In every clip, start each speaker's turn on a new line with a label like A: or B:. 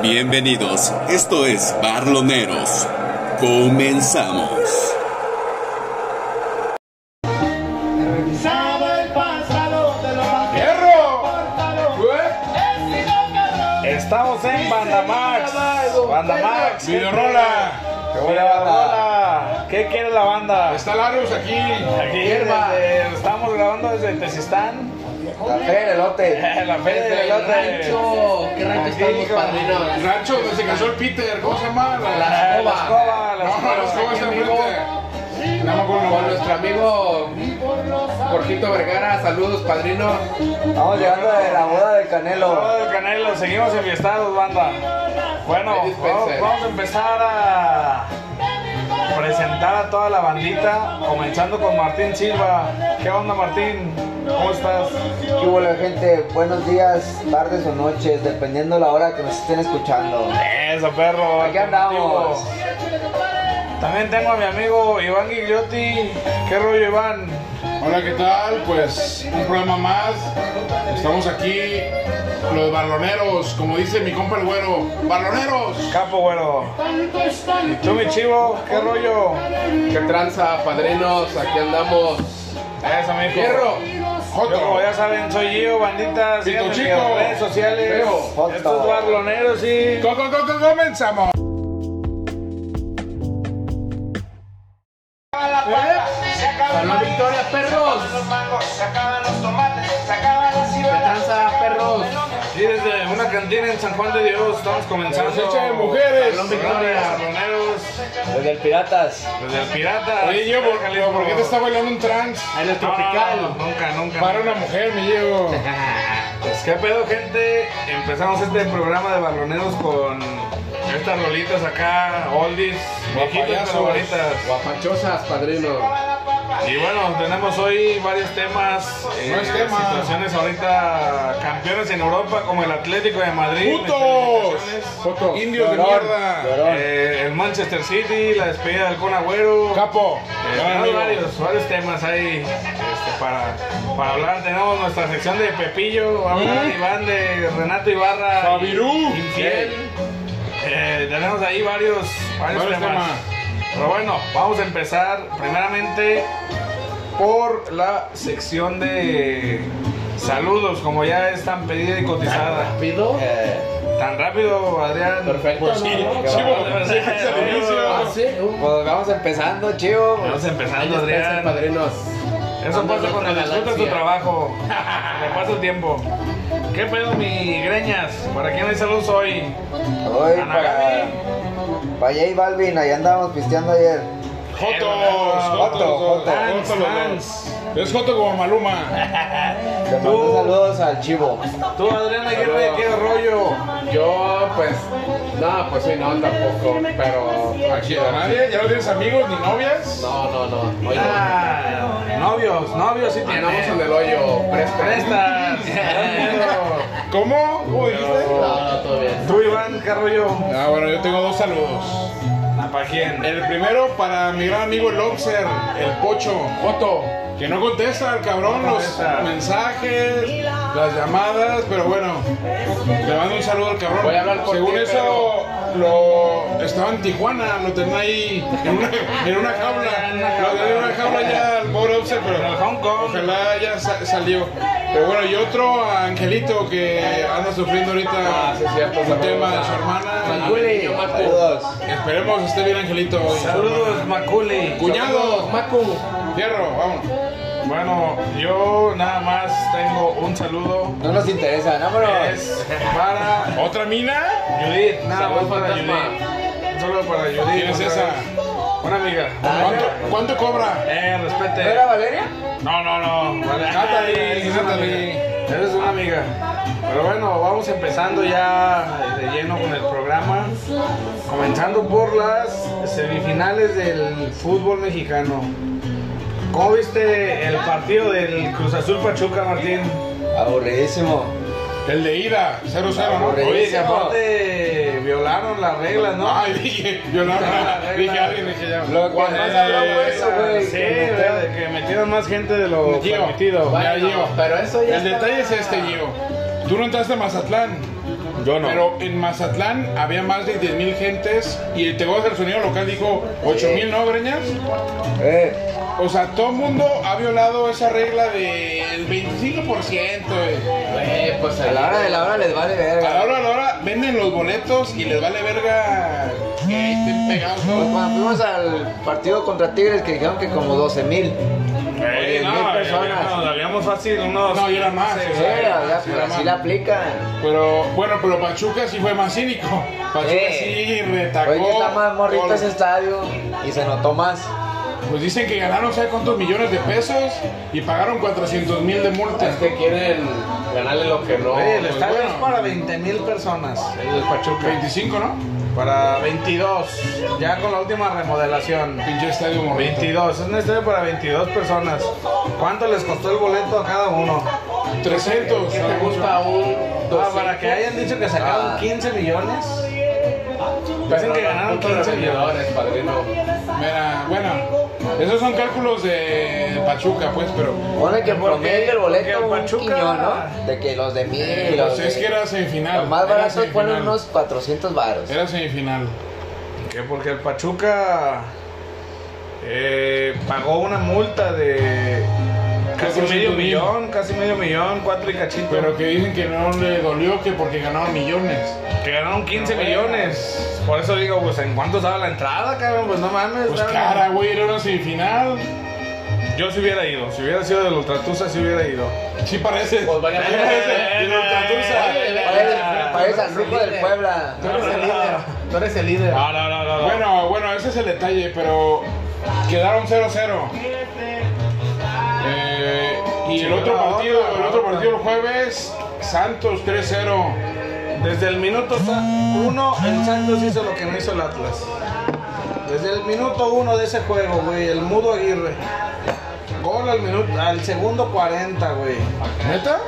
A: Bienvenidos, esto es Barloneros. Comenzamos.
B: Sábado el pantalón de los más
C: ¡Hierro!
D: Estamos en Banda Max. Banda Max.
C: ¡Videorola!
D: ¿Qué huele, banda? ¿Qué quiere la banda?
C: Está Larus aquí.
D: Aquí desde- estamos grabando desde Tezistán.
E: La fe del elote.
D: La fe
E: Desde
D: del
E: el rancho. ¿Qué rancho estamos,
C: El
E: padrino?
C: rancho donde se casó el Peter. ¿Cómo se llama?
E: La-
D: La escoba.
C: No, la escoba está enfrente. No me acuerdo.
E: Con nuestro amigo Jorgito Vergara. Saludos, padrino.
F: Estamos llegando de la boda del Canelo.
D: del Canelo, seguimos enfiestados, banda. Bueno,
E: Ahí
D: vamos,
E: dispensen.
D: vamos a empezar a presentar a toda la bandita, comenzando con Martín Silva. ¿Qué onda, Martín? ¿Cómo estás?
F: ¿Qué hubo, la gente? Buenos días, tardes o noches, dependiendo la hora que nos estén escuchando.
D: Eso, perro.
F: Aquí andamos.
D: También tengo a mi amigo Iván Guillotti. ¿Qué rollo, Iván?
C: Hola, ¿qué tal? Pues un programa más. Estamos aquí, los baloneros, como dice mi compa el güero. ¡Baloneros!
D: Capo, güero. Tú, mi chivo, ¿qué rollo?
E: ¿Qué tranza, padrinos? Aquí andamos.
D: Eso, mi
E: ¡Hierro!
D: Yo, como
C: ¡Joto!
D: ya saben, soy Gio, bandita. Síganme en
C: Chico.
D: mis redes sociales.
E: Feo.
D: Estos barloneros y...
C: Co- co- co- co- ¡Comenzamos!
E: ¡Salud, victoria, perros! ¿Qué tranza, perros?
D: Y desde una cantina en San Juan de Dios estamos comenzando.
C: ¡Cosecha de mujeres!
D: Salón Victoria, barloneros,
F: Desde el Piratas.
D: desde el pirata.
C: Oye, yo, ¿por, pero ¿por qué te está bailando un trance?
E: En el
D: No, no, no,
E: tropical.
D: nunca, nunca.
C: Para una mujer, me llevo.
D: Pues, ¿Qué pedo, gente? Empezamos este programa de barloneros con estas rolitas acá, oldies, viejitas
C: Guapayazos.
D: pero bonitas.
E: Guapachosas, padrino.
D: Y bueno, tenemos hoy varios temas, eh,
C: Varios temas.
D: situaciones ahorita, campeones en Europa como el Atlético de Madrid.
C: ¡Putos!
E: Foto.
C: ¡Indios de
F: Llorón,
C: mierda!
F: llorón.
D: Eh, el Manchester City, la despedida del Kun Agüero.
C: ¡Capo!
D: Eh,
C: Gran
D: tenemos
C: amigo.
D: varios, varios temas ahí este, para, para hablar. Tenemos nuestra sección de Pepillo, vamos a hablar
C: ¿Mm?
D: Iván de Renato Ibarra.
C: Fabirú.
D: Infiel. Eh, tenemos ahí varios, varios,
C: Varios
D: temas.
C: temas.
D: Pero bueno, vamos a empezar primeramente por la sección de saludos, como ya es tan pedida y cotizada.
E: ¿Rápido?
F: Eh,
D: Tan rápido, Adrián.
E: Perfecto.
C: Sí,
E: ¿no?
C: sí, bueno, sí, es el
E: Ah,
C: inicio.
E: sí. uh.
F: pues vamos empezando, chivo.
D: Vamos
E: Ahí
D: empezando,
E: descansen,
D: Adrián.
E: padrinos.
D: Eso
E: Ando en otra
D: pasa cuando disfrutas tu
E: galaxia.
D: trabajo. Le pasa el tiempo. ¿Qué pedo, mi greñas? ¿Para quién hay saludos hoy?
F: Hoy para. Para J Balvin, ahí andábamos pisteando ayer.
C: Jotos,
F: Joto,
C: Jotos,
F: Joto.
C: Jotos, los dos. Es Joto como Maluma.
F: Te mando saludos al chivo.
D: Tú, Adriana Aguirre, ¿qué rollo?
E: Yo, pues, no, pues sí, no, tampoco, pero
C: Aquí a nadie, ya no tienes amigos ni novias.
E: No, no, no, hoy no.
D: Ah, novios, novios sí
E: Andamos en
D: tienen.
E: el hoyo, presta.
D: Prestas.
C: ¿Cómo? ¿Cómo dijiste?
E: No, no, todo bien.
D: Tú, Iván, ¿qué rollo?
C: Ah, bueno, yo tengo dos saludos.
D: ¿Para quién?
C: El primero para mi gran amigo el Obser, el Pocho, Joto, que no contesta el cabrón
D: No
C: los
D: contesta.
C: mensajes, las llamadas, pero bueno, le mando un saludo al cabrón.
E: Voy a hablar por
C: Según
E: ti,
C: eso, lo estaba en Tijuana, lo tenía ahí en una, en una
D: En una
C: jaula.
D: jaula.
C: Lo tenía en una jaula ya al pobre Obser, pero
D: En el Hong Kong.
C: ojalá ya sa- salió. Pero bueno, y otro a Angelito que anda sufriendo ahorita
E: Ah, sí, es cierto,
C: un
E: saludos.
C: tema de su hermana.
E: Maculi,
F: Saludos.
C: Esperemos esté bien Angelito. hoy.
D: Saludos, Maculi.
C: Cuñado,
E: Macu.
C: fierro, vamos.
D: Bueno, yo nada más tengo un saludo.
F: No nos interesa, vámonos.
D: Es para
C: ¿Otra mina?
D: Judith, nada más
E: Salud,
D: para
E: fantasma.
D: Judith. Solo para Judith.
C: ¿Quién es
D: otra
C: esa?
D: vez. Una amiga.
C: ¿Cuánto, cuánto cobra?
D: Eh, respete.
F: ¿No era Valeria?
D: No, no, no. Vale.
C: Natalie,
D: Eres una
C: Natalie.
D: amiga. Eres una amiga. Pero bueno, vamos empezando ya de lleno con el programa. Comenzando por las semifinales del fútbol mexicano. ¿Cómo viste el partido del Cruz Azul Pachuca, Martín?
F: Aburridísimo.
C: El de ida, 0-0, ¿no?
F: Aburrido.
D: Oye, que aparte violaron las reglas, ¿no?
C: Ay, dije, yo no, dije a alguien, dije ya.
F: Lo que más habló fue eso, güey.
D: Sí, güey, que metieron más gente de lo
C: Tío.
D: permitido.
C: Ya
E: Bueno,
C: llegó.
E: pero eso ya
C: El detalle es este, Gio. Tú no entraste a Mazatlán.
G: Yo no.
C: Pero en Mazatlán había más de 10.000 gentes y el Tegoz del Sonido Local dijo 8.000, ¿no, Breñas?
F: Eh,
C: O sea, todo el mundo ha violado esa regla del 25%. güey.
E: Güey, pues
F: a la hora de la hora les vale
C: A
F: verga.
C: la hora, a la hora, venden los boletos y les vale verga que estén pegados.
F: Pues
C: ¿no?
F: cuando fuimos al partido contra Tigres que dijeron que como 12 mil.
G: Ey, no,
F: mil
G: ya- ya
F: personas.
G: nos habíamos fácil unos.
C: No, yo era más.
G: Sí,
C: o
F: Sí,
C: sea,
F: la- la-
C: sí era
F: Eh, así
C: más.
F: la aplican.
C: Pero bueno, pero Pachuca sí fue más cínico. Pachuca sí
F: Eh,
C: retacó.
F: Oye, que está más morrito
C: Gol.
F: ese estadio y se notó más.
C: Pues dicen que ganaron, ¿sabes cuántos millones de pesos? Y pagaron 400 mil de multas.
E: Es que quieren ganarle lo que no.
D: Oye, el
C: pues
D: estadio
C: bueno.
D: es para 20 mil personas, el del Pachuca.
C: 25, ¿no?
D: Para 22, ya con la última remodelación.
C: Pinche estadio morrito.
D: 22, es un estadio para 22 personas. ¿Cuánto les costó el boleto a cada uno?
C: 300.
E: ¿Qué te gusta un
D: Ah, para que hayan dicho que sacaron
F: Ah.
D: 15 millones.
E: Dicen
D: Dicen que ganaron 15 millones.
E: vendedores, padrino.
C: Mira, bueno, esos son cálculos de Pachuca, pues, pero.
F: Pone que por
D: Porque-
F: medio el boleto
D: porque
F: un
D: el Pachuca-
F: quiñón, ¿no? De que los de mil
C: Eh,
F: y los
C: pues, es
F: de-
C: que era semifinal.
F: Los más
C: era
F: baratos
C: semifinal.
F: ponen unos 400 varos.
C: Era semifinal.
D: Que porque el Pachuca eh, pagó una multa de casi
C: 400
D: medio
C: mil.
D: millón, casi medio millón, cuatro y cachito.
C: Pero que dicen que no le dolió que porque ganaron millones.
D: que ganaron 15 millones. Por eso digo, pues en cuánto estaba la entrada, cabrón, pues no mames.
C: Pues
D: cabrón.
C: cara, güey, era una semifinal.
D: Yo si hubiera ido, si hubiera sido del Ultratusa, si hubiera ido.
C: Sí parece.
E: Pues vaya
C: Sí parece.
D: Eh,
C: Y lo Ultratusa.
D: eh, eh,
F: Parece-
D: Ah,
F: Parece al grupo del Puebla.
E: Tú eres el líder. Tú eres el líder.
D: No, no, no, no. no.
C: Bueno, bueno, ese es el detalle, pero quedaron 0-0. Eh, y el otro partido, el otro partido el jueves, Santos 3-0.
D: Desde el minuto 1, el Santos hizo lo que no hizo el Atlas. Desde el minuto 1 de ese juego, güey, el Mudo Aguirre. Gol al minuto, al segundo 40, güey.
C: ¿Neta?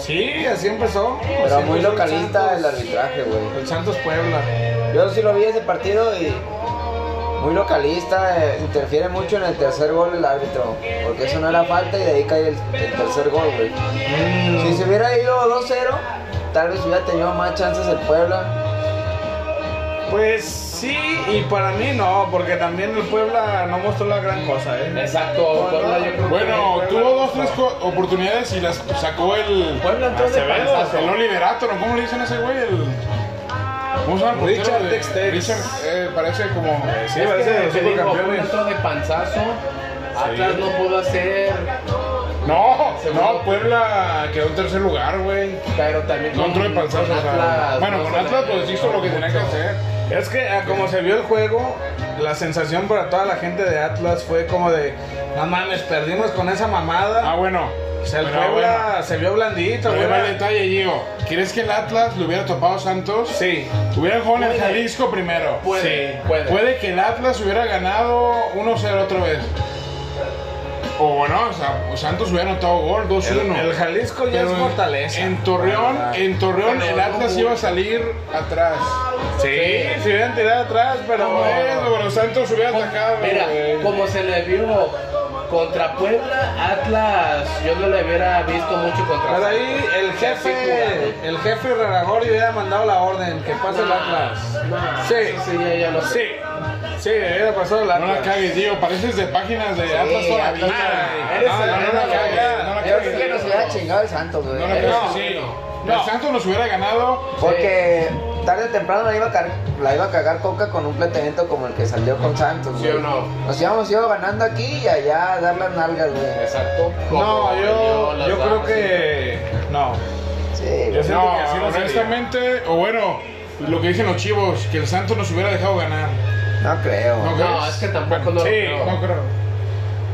D: Sí, así empezó.
F: Pero
D: Así empezó
F: muy
D: el
F: localista el
D: Santos.
F: arbitraje, güey.
D: El Santos Puebla.
F: Yo sí lo vi ese partido y muy localista, eh, interfiere mucho en el tercer gol el árbitro, porque eso no era falta y de ahí cae el, el tercer gol, güey. Si se hubiera ido 2-0, tal vez hubiera tenido más chances el Puebla.
D: Pues sí, y para mí no, porque también el Puebla no mostró la gran cosa, ¿eh?
E: Exacto. Puebla, yo creo
C: Bueno, tuvo dos, tres co- oportunidades y las sacó el.
E: que- Puebla entró de
D: Acevedo,
E: panzazo.
C: El Oliverato, ¿no? ¿Cómo le dicen a ese güey? El... ¿Cómo se llama? el portero
D: Richard
C: de-
D: Textex.
C: Richard, eh, parece como.
D: Sí,
E: es
D: parece
E: que
D: de los
E: te digo, Puebla
D: supercampeones.
E: entró de panzazo. Atlas no pudo hacer,
C: No,
E: Seguro.
C: no, Puebla quedó en tercer lugar, güey.
E: pero también
C: No entró de panzazo, o sea, Bueno,
E: no
C: con
E: se le-
C: Atlas pues hizo lo que tenía que hacer.
D: Es que a como se vio el juego, la sensación para toda la gente de Atlas fue como de, no mames, perdimos con esa mamada.
C: Ah, bueno.
D: O sea, el
C: Pero
D: Puebla
C: bueno.
D: se vio blandito,
C: Pero ahí va
D: güey.
C: el detalle, Gio. ¿Quieres que el Atlas le hubiera topado a Santos?
D: Sí.
C: Hubiera jugado en el
E: Puede.
C: Jalisco primero.
E: Puede,
D: Sí,
E: puede.
C: Puede que el Atlas hubiera ganado 1-0 otra vez. O bueno, o sea, o Santos hubiera anotado gol 2-1.
D: El, el Jalisco ya
C: Pero
D: es
C: en-
D: fortaleza.
C: En Torreón,
D: La verdad.
C: en Torreón
E: Pero
C: el Atlas
E: no-
C: iba a salir atrás.
D: Sí, se hubieran tirado atrás, pero.
C: No, bueno, pero Santos hubiera atacado.
E: Mira,
C: güey.
E: como se le vio contra Puebla, Atlas, yo no le hubiera visto mucho contra
D: Pero
E: Santos.
D: ahí el
E: Así jugando.
D: jefe, el jefe Raragor hubiera mandado la orden que pase el
E: Nah,
D: Atlas.
E: nah,
D: sí,
E: eso sí, ya- ya lo
D: sí, sí, hubiera pasado el
C: No la
D: Atlas.
C: cagues, tío. Pareces de páginas de Atlas toda la vida.
D: Ah,
F: Atlas
E: Toda la
C: güey.
E: Vida.
C: No, no, no
E: Eres
C: la
E: el-
C: cagues. No la
F: Yo creo que
C: cagues.
F: nos hubiera chingado el Santos, güey.
C: No la
E: No,
C: cagues. Sí.
E: no.
C: El Santos nos hubiera ganado.
F: Porque tarde o temprano la iba a, car- la iba a cagar Coca con un planteamiento como el que salió con Santos,
E: ¿Sí o
F: güey.
E: no?
F: Nos íbamos iba ganando aquí y allá a dar las nalgas, güey.
E: Exacto.
D: No,
E: Como
D: yo,
E: las
D: yo creo
E: damas,
D: que. No.
F: Sí, güey.
D: Yo siento
C: No,
D: que así no sería.
C: honestamente, o bueno, lo que dicen los chivos, que el Santos nos hubiera dejado ganar.
F: No creo.
C: No,
E: sí. No, es que tampoco no lo
D: Sí,
E: creo.
C: No creo.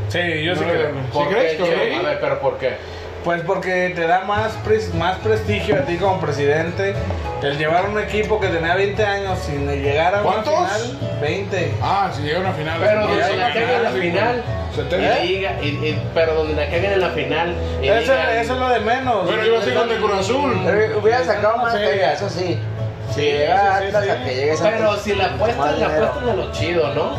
D: Sí, yo sí
C: No lo
D: creo.
C: veo.
E: ¿Por
C: ¿Sí crees
E: qué,
C: que
E: Cheo?
C: sí?
E: A ver, pero ¿por qué?
D: Pues porque te da más, pres- más prestigio a ti como presidente el llevar un equipo que tenía 20 años sin llegar a una
C: ¿Cuántos?
D: final. 20.
C: Ah, si llega a una final.
E: Pero
C: no,
E: donde
C: sí,
E: la caguen en la
C: sí,
E: final.
C: se
E: Y
C: te-
E: diga- y- y- pero donde la caguen en la final. y
D: Eso,
E: digan-
D: eso es lo de menos.
C: Bueno, iba a ser contra el Cruz Azul.
F: Pero hubiera sacado más
D: Sí.
F: feria, eso sí.
D: sí,
F: Si llega
D: sí,
F: Atlas
D: sí.
F: a que llegue Santos.
E: Pero si la
F: mucho más
E: apuestan, la
F: dinero.
E: apuestan a lo chido, ¿no?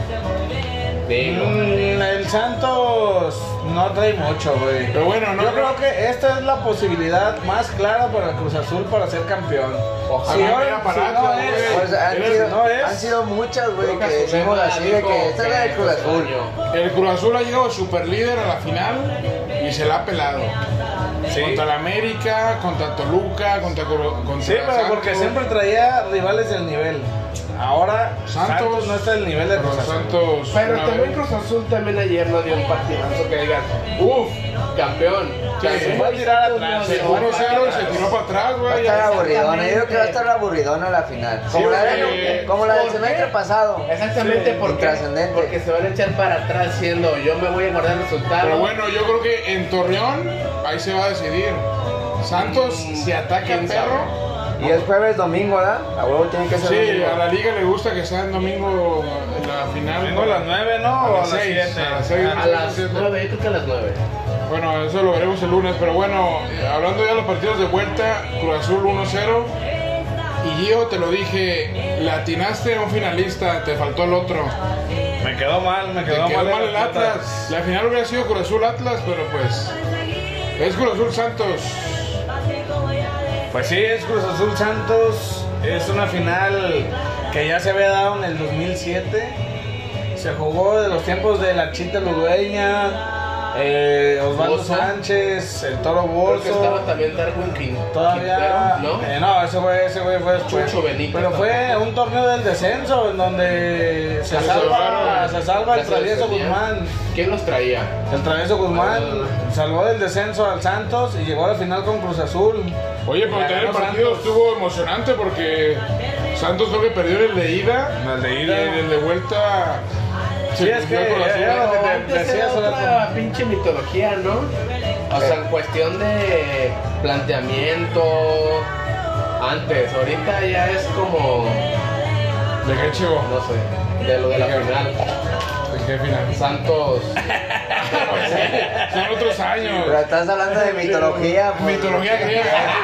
E: Digo.
D: Mm, el Santos no trae mucho, güey.
C: Pero bueno, no
D: Yo
C: creo-
D: creo que esta es la posibilidad más clara para el Cruz Azul para ser campeón.
C: Ojalá
D: Si no-
C: hubiera
D: si
C: parado,
D: no
C: güey.
D: es-
F: Pues han,
C: Eres-
F: sido,
D: no es.
F: han sido muchas, güey,
E: Creo
F: que
E: que
F: decimos
E: Azulema
F: así de
E: dijo
F: que esta es la
E: que
F: del Cruz
E: este
F: Azul.
E: año.
C: El Cruz Azul ha llegado super líder a la final y se la ha pelado. Contra la América, contra Toluca, contra Coro- contra
D: Sí, pero
C: Santos.
D: porque siempre traía rivales del nivel. Ahora Santos,
C: Santos-
D: no está al nivel de
C: Pero
D: Cruz Azul.
C: Santos.
E: Pero
C: una
E: también
C: vez-
E: Cruz Azul también ayer no dio un partidazo que digan, uff, campeón.
C: Sí,
E: Campeón.
D: se va a tirar atrás, eh.
C: Se fue 1-0 y se tiró para atrás,
F: Va a
C: güey.
F: estar aburridona, yo creo que va a estar aburridona la final. Como la,
C: güey.
F: del, como la del
E: ¿Por qué?
F: semestre pasado.
E: Exactamente,
F: Sí,
E: porque,
F: intrascendente.
E: porque se van a echar para atrás siendo yo me voy a guardar resultados.
C: Pero bueno, yo creo que en Torreón ahí se va a decidir. Santos se ataca al
E: quién sabe.
C: perro.
F: Y es jueves, domingo, ¿verdad? A huevo tiene que ser
C: Sí, a
F: domingo.
C: la liga le gusta que sea el domingo en la final.
D: Domingo a las 9, ¿no?
C: A
D: O
C: las seis,
D: siete.
C: a las seis.
E: a las 9, yo creo que a las 9.
C: Bueno, eso lo veremos el lunes, pero bueno, eh, hablando ya de los partidos de vuelta, Cruz Azul 1-0. Y yo te lo dije, latinaste a un finalista, te faltó el otro.
D: Me quedó mal, me
C: Te
D: quedó,
C: quedó
D: mal,
C: mal el Atlas.
D: La-
C: La final hubiera sido Cruz Azul Atlas, pero pues. Es Cruz Azul Santos.
D: Pues sí, es Cruz Azul Santos. Es una final que ya se había dado en el 2007. Se jugó de los tiempos de la Chita Ludueña, eh, Osvaldo
E: Bozo.
D: Sánchez, el Toro
E: Creo que estaba
D: Bolso.
E: también Darwin Quin-
D: Todavía.
E: Quintero, ¿no?
D: Eh, no, ese güey, ese güey fue después.
E: Chucho Benítez
D: Pero fue
E: tampoco.
D: un torneo del descenso en donde se
E: Se
D: salva,
C: salvaron.
D: se salva el
E: Ya se
D: travieso
E: defendía.
D: Guzmán.
E: ¿Quién los traía?
D: El travieso Guzmán salvó del descenso al Santos y llegó a la final con Cruz Azul.
C: Oye, pero
D: Y
C: también el
D: ganó
C: partido
D: Santos.
C: estuvo emocionante porque Santos fue que perdió el de ida.
D: El de ida.
C: Y en el de vuelta.
D: Sí, es que
C: cumplió Cruz Azul.
D: era-
E: Pero
D: te- te
E: antes
D: decía
E: era
D: hace
E: otra
D: rato.
E: pinche mitología, ¿no? O
F: Sí.
E: sea, en cuestión de planteamiento, antes, ahorita ya es como,
C: ¿De qué chivo?
E: no sé, de lo de la final.
C: ¿De qué final?
E: Santos.
C: Son otros años.
F: Pero estás hablando de mitología, pues.
C: Mitología griega.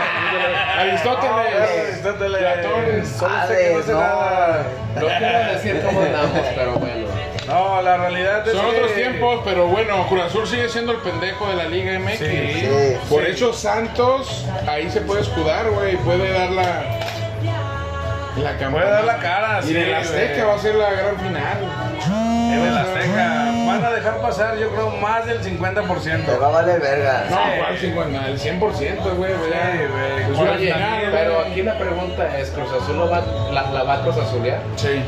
D: Ah,
C: Aristóteles.
D: Aristóteles.
C: Platón.
D: Solo sé que no sé
F: Hades,
D: nada.
E: No quiero decir cómo andamos, pero bueno.
D: No, la realidad es
C: Son
D: que-
C: otros tiempos, pero bueno, Cruz Azul sigue siendo el pendejo de la Liga MX.
D: Sí.
F: Sí.
C: Por eso Santos ahí se puede escudar, güey, puede dar la la campana.
D: Puede dar la cara,
C: Y
D: sí,
C: en el Azteca
D: güey.
C: va a ser la gran final.
D: En el Azteca van a dejar pasar, yo creo, más del 50%.
F: Te va a valer verga.
C: No, ¿cuál 50? El 100%, güey,
D: Sí, güey.
C: güey. Es una
E: Oye,
C: final, güey.
E: pero aquí la pregunta es, ¿Cruz Azul lo va, la, la va a Cruz Azulear?
C: Sí.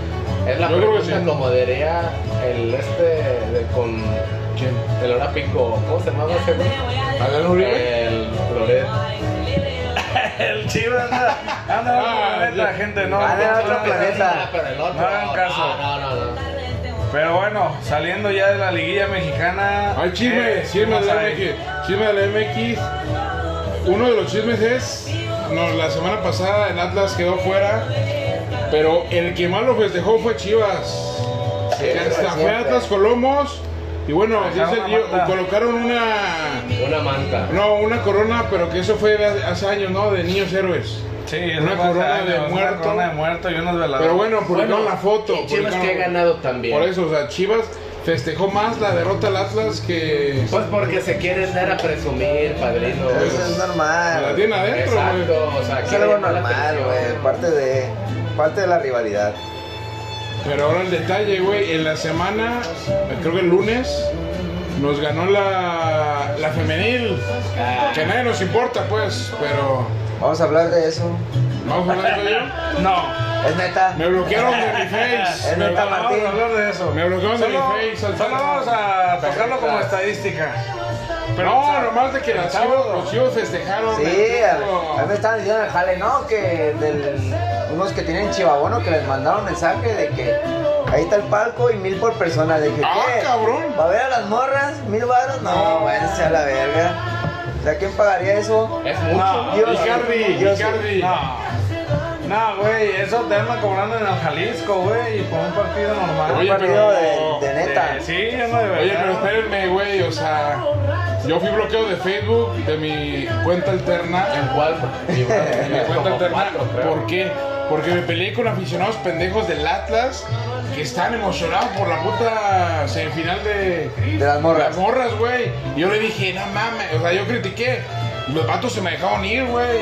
E: Es la
C: Yo creo que
E: pregunta
C: sí.
E: como diría el este de con el hora pico, ¿cómo se llama ese güey?
C: ¿Adán Uribe?
E: El Loret.
D: El chivo anda, anda en otro
C: Ah,
D: planeta,
C: yo-
D: gente, no.
F: Anda en
D: no,
F: otro
D: no,
F: planeta.
E: Ah, pero el otro.
D: No hagan caso.
E: No, no, no. no.
D: Pero bueno, saliendo ya de la liguilla mexicana.
C: Ay, chisme,
D: eh,
C: chisme de
D: más
C: la
D: hay?
C: MX. Chisme de la MX. Uno de los chismes es, no, la semana pasada el Atlas quedó fuera, pero el que más lo festejó fue Chivas.
E: Sí,
C: Que hasta fue
E: siempre.
C: Atlas Colomos. Y bueno,
D: Dejaron
C: dice
D: una
C: el tío,
D: manta.
C: colocaron una
E: Una manta.
C: No, una corona, pero que eso fue de hace- hace años, ¿no? De niños héroes.
D: Sí, es
C: Una
D: más
C: corona
D: años,
C: de
D: una
C: muerto.
D: corona de muerto y unos veladores.
C: Pero bueno, publicaron
E: Bueno,
C: la foto.
E: y Chivas
C: publicaron-
E: que ha ganado también.
C: Por eso, o sea, Chivas festejó más la derrota al Atlas que...
E: Pues porque se quieren dar a presumir, padrino.
F: Eso es
C: La
F: normal.
C: tiene adentro, güey.
E: Exacto, o sea,
F: Es
E: quieren
F: algo
E: llamar la
F: normal,
E: atención.
F: güey. Parte de, parte de la rivalidad.
C: Pero ahora el detalle, güey, en la semana, creo que el lunes, nos ganó la, la femenil.
E: Ah,
C: Que a nadie nos importa, pues, pero...
F: Vamos a hablar de eso.
C: Vamos a hablar de ello.
D: No,
F: Es neta.
C: Me bloquearon de mi face.
F: Es
C: Me
F: neta,
C: bloquearon.
F: Martín.
D: vamos a hablar de eso.
C: Me bloquearon de mi
D: Solo-
C: Face, al
D: Solo
C: Santos.
D: vamos a tocarlo como estadística.
C: Pero
D: o sea,
C: no, nomás de que
D: el
C: las
D: sábado.
C: chivas, los chivos festejaron.
F: Sí, a, a mí me estaban diciendo en el jale, no, que del, unos que tienen chivabono que les mandaron mensaje de que ahí está el palco y mil por persona. Le dije,
C: Ah,
F: ¿qué?
C: cabrón.
F: ¿Va a ver a las morras? ¿Mil varos? No, váyanse a la verga. O sea, ¿quién pagaría eso?
E: Es mucho.
D: No,
E: ¿no?
F: Dios.
C: Icardi,
F: Yo sí.
C: Icardi.
D: No, no, güey, eso te andan cobrando en el Jalisco, güey, y por un partido normal.
C: Oye,
F: un partido
C: pero-
F: de, de neta.
D: Eh, sí, yo no de verdad.
C: Oye, pero espérenme, güey, o sea, yo fui bloqueado de Facebook, de mi cuenta alterna.
E: ¿En cuál?
C: Mi cuenta
E: Como
C: alterna.
E: cuatro, creo.
C: ¿Por qué? Porque me peleé con aficionados pendejos del Atlas que están emocionados por la puta semifinal de,
F: De las morras.
C: las morras, güey. Y Yo le dije, no mames, o sea, yo critiqué. Los vatos se me dejaron ir, güey.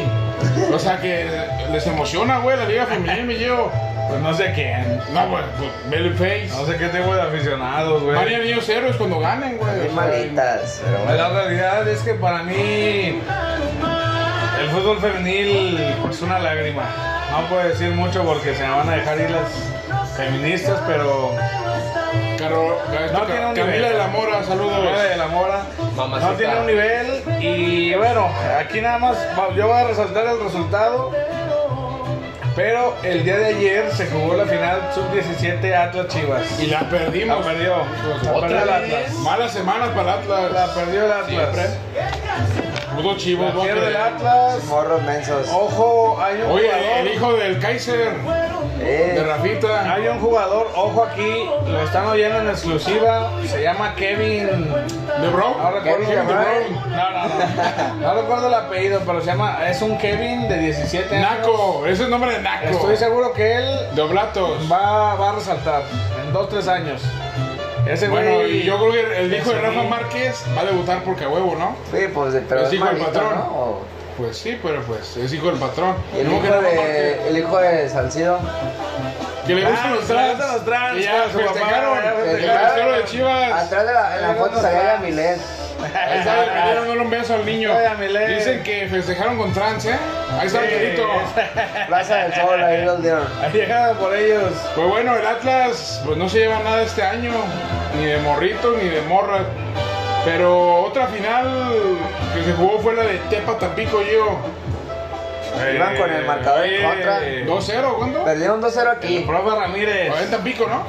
C: O sea, que les emociona, güey, la liga femenil me llevo.
D: Pues no sé quién.
C: No, güey, pues, Belly Face.
D: No sé qué tipo de aficionados, güey.
C: Varios niños héroes cuando ganen, güey.
F: Bien
C: o sea,
F: malitas, pero bueno.
D: La realidad es que para mí el fútbol femenil pues, es una lágrima. No puedo decir mucho porque se me van a dejar ir las feministas, pero
C: Caro-
D: No tiene un
C: Camila
D: nivel.
C: de la Mora, saludos.
D: Camila de la Mora
E: Mamacita.
D: no tiene un nivel y bueno, aquí nada más va- yo voy a resaltar el resultado. Pero el día de ayer se jugó la final sub-17 Atlas Chivas.
C: Y
D: Y
C: la
D: la
C: perdimos.
D: perdió. La
E: ¿Otra
D: perdió el
E: vez?
D: Atlas.
C: Malas semanas para el Atlas.
D: La perdió el Atlas.
C: Siempre. Pudo chivo,
D: La
C: no
D: pierde el
C: creo.
D: Atlas.
F: Morros mensos.
C: Oh,
D: Ojo, hay un
C: Oye,
D: jugador.
C: el hijo del Kaiser, de
F: Eh,
C: Rafita.
D: Hay un jugador, ojo aquí, lo están oyendo en exclusiva. Se llama Kevin.
C: ¿De Bro?
D: No recuerdo,
F: Kevin
D: no,
F: Gabriel.
D: no, no. No recuerdo el apellido, pero se llama. Es un Kevin de 17 años.
C: Naco, ese es el nombre de Naco.
D: Estoy seguro que él
C: De Oblatos.
D: va, va a resaltar en 2-3 años. Ese
C: Bueno,
D: güey.
C: y yo creo que el hijo de
D: Sí.
C: Rafa Márquez va a debutar porque a huevo, ¿no?
F: sí, pues de pero
C: Es hijo del
F: malito,
C: patrón.
F: ¿no? O-
C: Pues sí, pero pues es hijo del patrón.
F: y El
C: Como
F: hijo,
C: que Rafa Márquez,
F: de, el hijo de Salcido.
C: Que le gustan
D: Ah,
C: los
D: que le gustan
C: trans.
D: los trans,
C: Que ya
D: con su papá,
C: festejaron.
D: ya
C: El
F: festejaron.
C: tercero de Chivas.
F: Atrás de la, en la foto salía la Milet.
C: Ahí está, le dieron dándole un beso al niño.
D: Ay, Amilé.
C: Dicen que festejaron con trans, ¿eh? Ahí está el
D: Sí.
C: querido.
F: Plaza del Sol, ahí los dieron.
D: Ha llegado por ellos.
C: Pues bueno, el Atlas pues no se lleva nada este año, ni de morrito ni de morra. Pero otra final que se jugó fue la de Tepa Tampico, Eh, yo.
F: Iban con el marcador en
D: oye,
F: contra.
D: El
C: 2-0, ¿cuándo?
F: Perdieron 2-0 aquí.
D: profe Ramírez.
C: Ah, En Tampico, ¿no?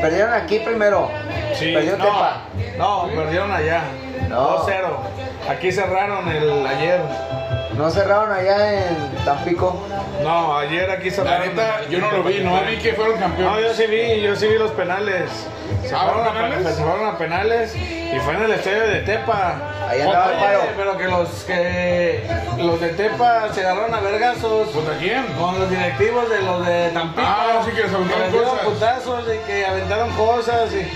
F: Perdieron aquí primero.
D: Sí,
F: perdió
D: no,
F: Tepa.
D: No, perdieron allá.
F: No.
D: 2-0. Aquí cerraron el ayer.
F: No cerraron allá en Tampico.
D: No, ayer aquí
C: La
D: cerraron.
C: neta, yo no lo vi, no vi que fueron
D: No, yo
C: campeones.
D: sí vi, yo sí vi los penales. Se,
C: Ah,
D: fueron, a,
C: ¿fueron penales?
D: penales? se fueron a penales y fue en el estadio de Tepa.
F: Ahí andaba
D: Oye,
F: Alfaro.
D: Pero que los que los de Tepa se agarraron a vergazos
C: ¿Contra quién?
D: con los directivos de los de Tampico.
C: Ah, sí, que les aventaron
D: les dieron
C: cosas.
D: putazos y que aventaron cosas y.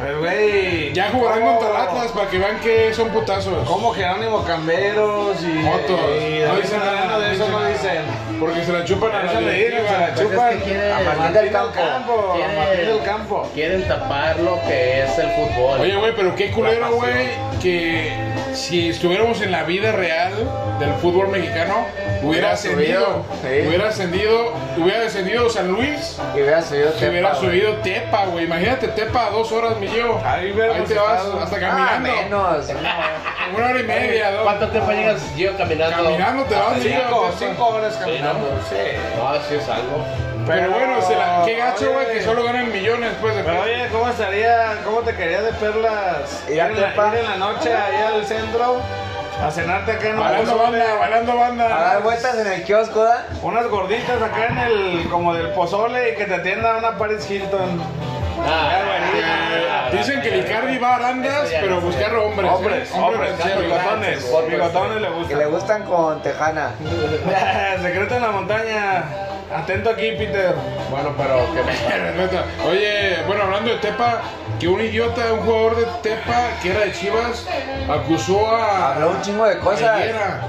D: Pues, güey.
C: Ya jugarán
D: ¿cómo-
C: contra el Atlas para que vean que son putazos.
D: Como Jerónimo Camberos y.
C: Motos.
D: y David
C: No dicen Pues nada,
D: Serrano, de eso no dicen.
C: Porque se la chupan a
D: Eso
C: la
D: le dicen, se la
C: directiva.
F: es
D: chupan
F: que quiere-
D: a Martín
F: Martín
D: del
F: del
D: Campo.
F: Campo.
D: a Martín del Campo.
E: Quieren tapar lo que es el fútbol.
C: Oye, güey, pero qué
E: La
C: culero,
E: pasión.
C: güey, que si estuviéramos en la vida real del fútbol mexicano, hubiera
F: Hubiera
C: ascendido,
F: subido, sí.
C: hubiera ascendido, hubiera descendido San Luis,
F: Y hubiera subido
C: que
F: Tepa.
C: hubiera
F: güey.
C: subido Tepa, güey. Imagínate Tepa a dos horas, mi yo.
D: Ahí hubiéramos
C: te vas
D: estado.
C: hasta
F: Ah,
C: caminando.
F: menos.
C: Una hora y media, dos.
E: ¿Cuánto tiempo llegas yo caminando?
C: Caminando te vas, mi
D: Cinco,
C: yo.
D: cinco horas
E: Sí, no,
D: caminando.
E: pues, no, sí es algo.
C: Pero bueno, se la, qué gacho, güey,
D: oye,
C: que solo ganan millones después de
D: Pero oye, ¿cómo estaría, cómo te querías de perlas
F: Ir a
D: en la-
F: Tepa.
D: ir en la noche ahí al centro a cenarte acá en un
C: Balando banda, balando banda.
F: A dar vueltas en el kiosco, ¿da?
D: Unas gorditas acá en el, como del pozole y que te atienda una Paris Hilton.
E: Ah,
C: Eh, Dicen que Licardi va a arandas,
E: Eso ya
C: pero
E: no sé.
C: buscar hombres. ¿eh?
D: Hombres, hombres,
C: sí,
D: bigotones,
E: hombres.
D: bigotones le
F: Que le
D: gustan.
F: gustan con Tejana.
D: Secreto en la montaña. Atento aquí, Peter.
E: Bueno, pero que me...
C: Neta. Oye, bueno, hablando de Tepa, que un idiota, un jugador de Tepa que era de Chivas, acusó a.
D: Ah,
F: Habló un chingo de
C: a
F: cosas.
C: Higuera.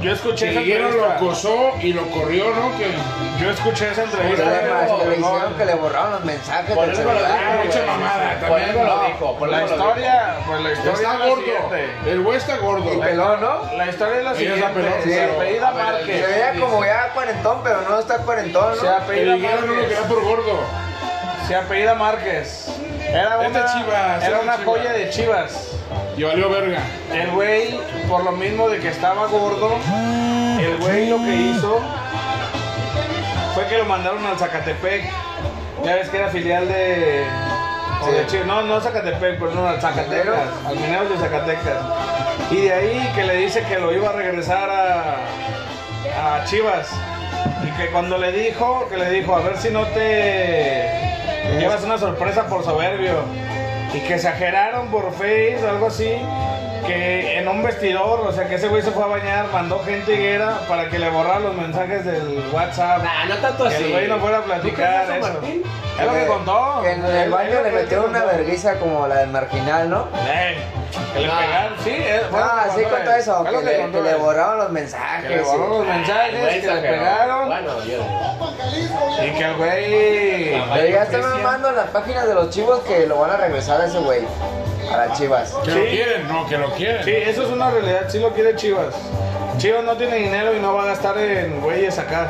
D: Yo escuché
C: Que
D: esa
C: Higuera lo
D: entrevista.
C: acusó y lo corrió, ¿no? Que
D: Yo escuché esa
F: Que
D: entrevista.
F: le,
E: Pero-
F: que le
D: No,
F: hicieron que le borraron los mensajes
E: Por
F: del
E: eso me lo
F: celular.
E: dijo,
C: mucha
E: güey.
C: mamada,
E: Por
C: también,
E: eso
C: no.
E: lo dijo. Por
D: La
E: eso lo dijo.
D: historia, pues la historia
C: está
D: es la
C: gordo.
D: siguiente.
C: El güey está gordo.
F: Y pelón, ¿no?
D: La historia es
C: Ella
D: la
C: es la
D: siguiente.
C: pelota.
D: Se
F: Sí.
D: apellida
E: A ver,
F: Se
D: Márquez.
F: veía como ya cuarentón, pero no está cuarentón,
D: Se
F: ¿no?
C: El
D: apellida
C: Higuera no lo
D: Márquez.
C: quería por gordo.
D: Se apellida Márquez. Era
C: Es de
D: una,
C: Chivas, es
D: era
C: de
D: una
C: Chivas.
D: joya de Chivas.
C: Y valió verga.
D: El güey, por lo mismo de que estaba gordo, el güey lo que hizo fue que lo mandaron al Zacatepec. Ya ves que era filial de. o
F: Sí.
D: de Chivas. No, no Zacatepec, perdón, al Zacatecas,
F: Mineros.
D: al Mineros de Zacatecas. Y de ahí que le dice que lo iba a regresar a, a Chivas. Y que cuando le dijo, que le dijo, a ver si no te llevas una sorpresa por soberbio. Y que exageraron por Face, algo así. que en un vestidor, o sea, que ese güey se fue a bañar, mandó gente higuera para que le borraran los mensajes del WhatsApp.
E: Nah, no tanto
D: Que
E: así.
D: el güey no fuera a platicar
E: ¿Tú crees eso,
D: eso.
E: Martín?
D: Es lo que contó.
F: Que
D: Es
F: en Eh, el
D: lo- es
F: baño
D: lo
F: le
D: que él
F: metió una
D: contó.
F: vergüenza como la del marginal, ¿no?
D: Eh, que le
E: Ah.
D: pegaron, sí. es- fue lo
F: Ah,
D: que
F: sí
D: contó
F: contó
D: él.
F: eso,
D: Es
F: que
D: lo que
F: le,
D: contó
F: que le
D: él.
F: borraron los
D: Que le
F: mensajes.
D: borró los
E: El güey
D: mensajes, que le
E: exageró.
D: pegaron.
E: Bueno, yo.
D: Y que el güey.
F: Pero ya están mamando en las páginas de los chivos que lo van a regresar a ese güey. A las chivas.
C: Que
D: Sí.
C: lo quieren, no, que lo quieren.
D: Sí, eso es una realidad, sí lo quiere Chivas. Chivas no tiene dinero y no va a gastar en güeyes acá.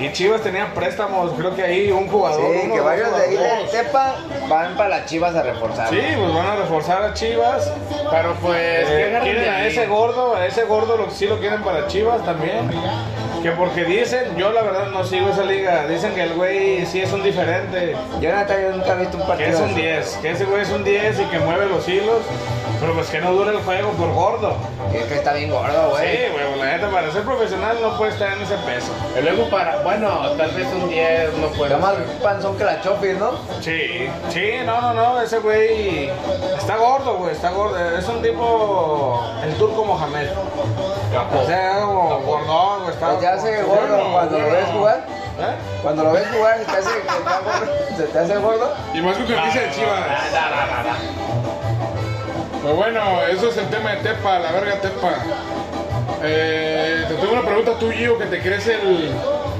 D: Y Chivas tenía préstamos, creo que ahí un
F: Sí,
D: jugador. uno,
F: que
D: dos
F: varios de ahí de
D: jugadores.
F: Tepa van para las chivas a reforzar.
D: Sí, pues van a reforzar a Chivas.
E: Pero pues, ¿qué
D: Eh,
E: agarran
D: quieren
E: de
D: a
E: ahí?
D: ese gordo, a ese gordo lo, sí lo quieren para Chivas también. Que porque dicen, yo la verdad no sigo esa liga, dicen que el güey sí es un diferente.
F: Jonathan, yo nunca he visto un
D: Que
F: partido.
D: es un
F: así.
D: 10, que ese güey es un 10 y que mueve los hilos, pero pues que no dura el juego por gordo.
F: Es que está bien gordo,
D: Sí,
F: güey.
D: güey, la neta, para ser profesional no puede estar en ese peso.
E: Y luego para, bueno, tal vez un 10 no puede.
F: Está más
E: ser.
F: panzón que la Chopis, ¿no?
D: Sí, sí, no, no, no, ese güey está gordo, güey, está gordo. Es un tipo, el turco Mohamed.
E: Capó.
D: O sea, como gordón, güey, está
F: Pues ya se ve gordo
C: bueno,
F: cuando lo
C: bueno.
F: ves jugar.
D: ¿Eh?
F: Cuando lo ves jugar se te hace, se te hace gordo, se te hace gordo.
C: Y más con camisa de
E: Da,
C: chivas.
E: da, da, da, da.
C: Pero bueno, eso es el tema de Tepa, la verga Tepa. Eh, te tengo una pregunta tú, Gio, que te crees el.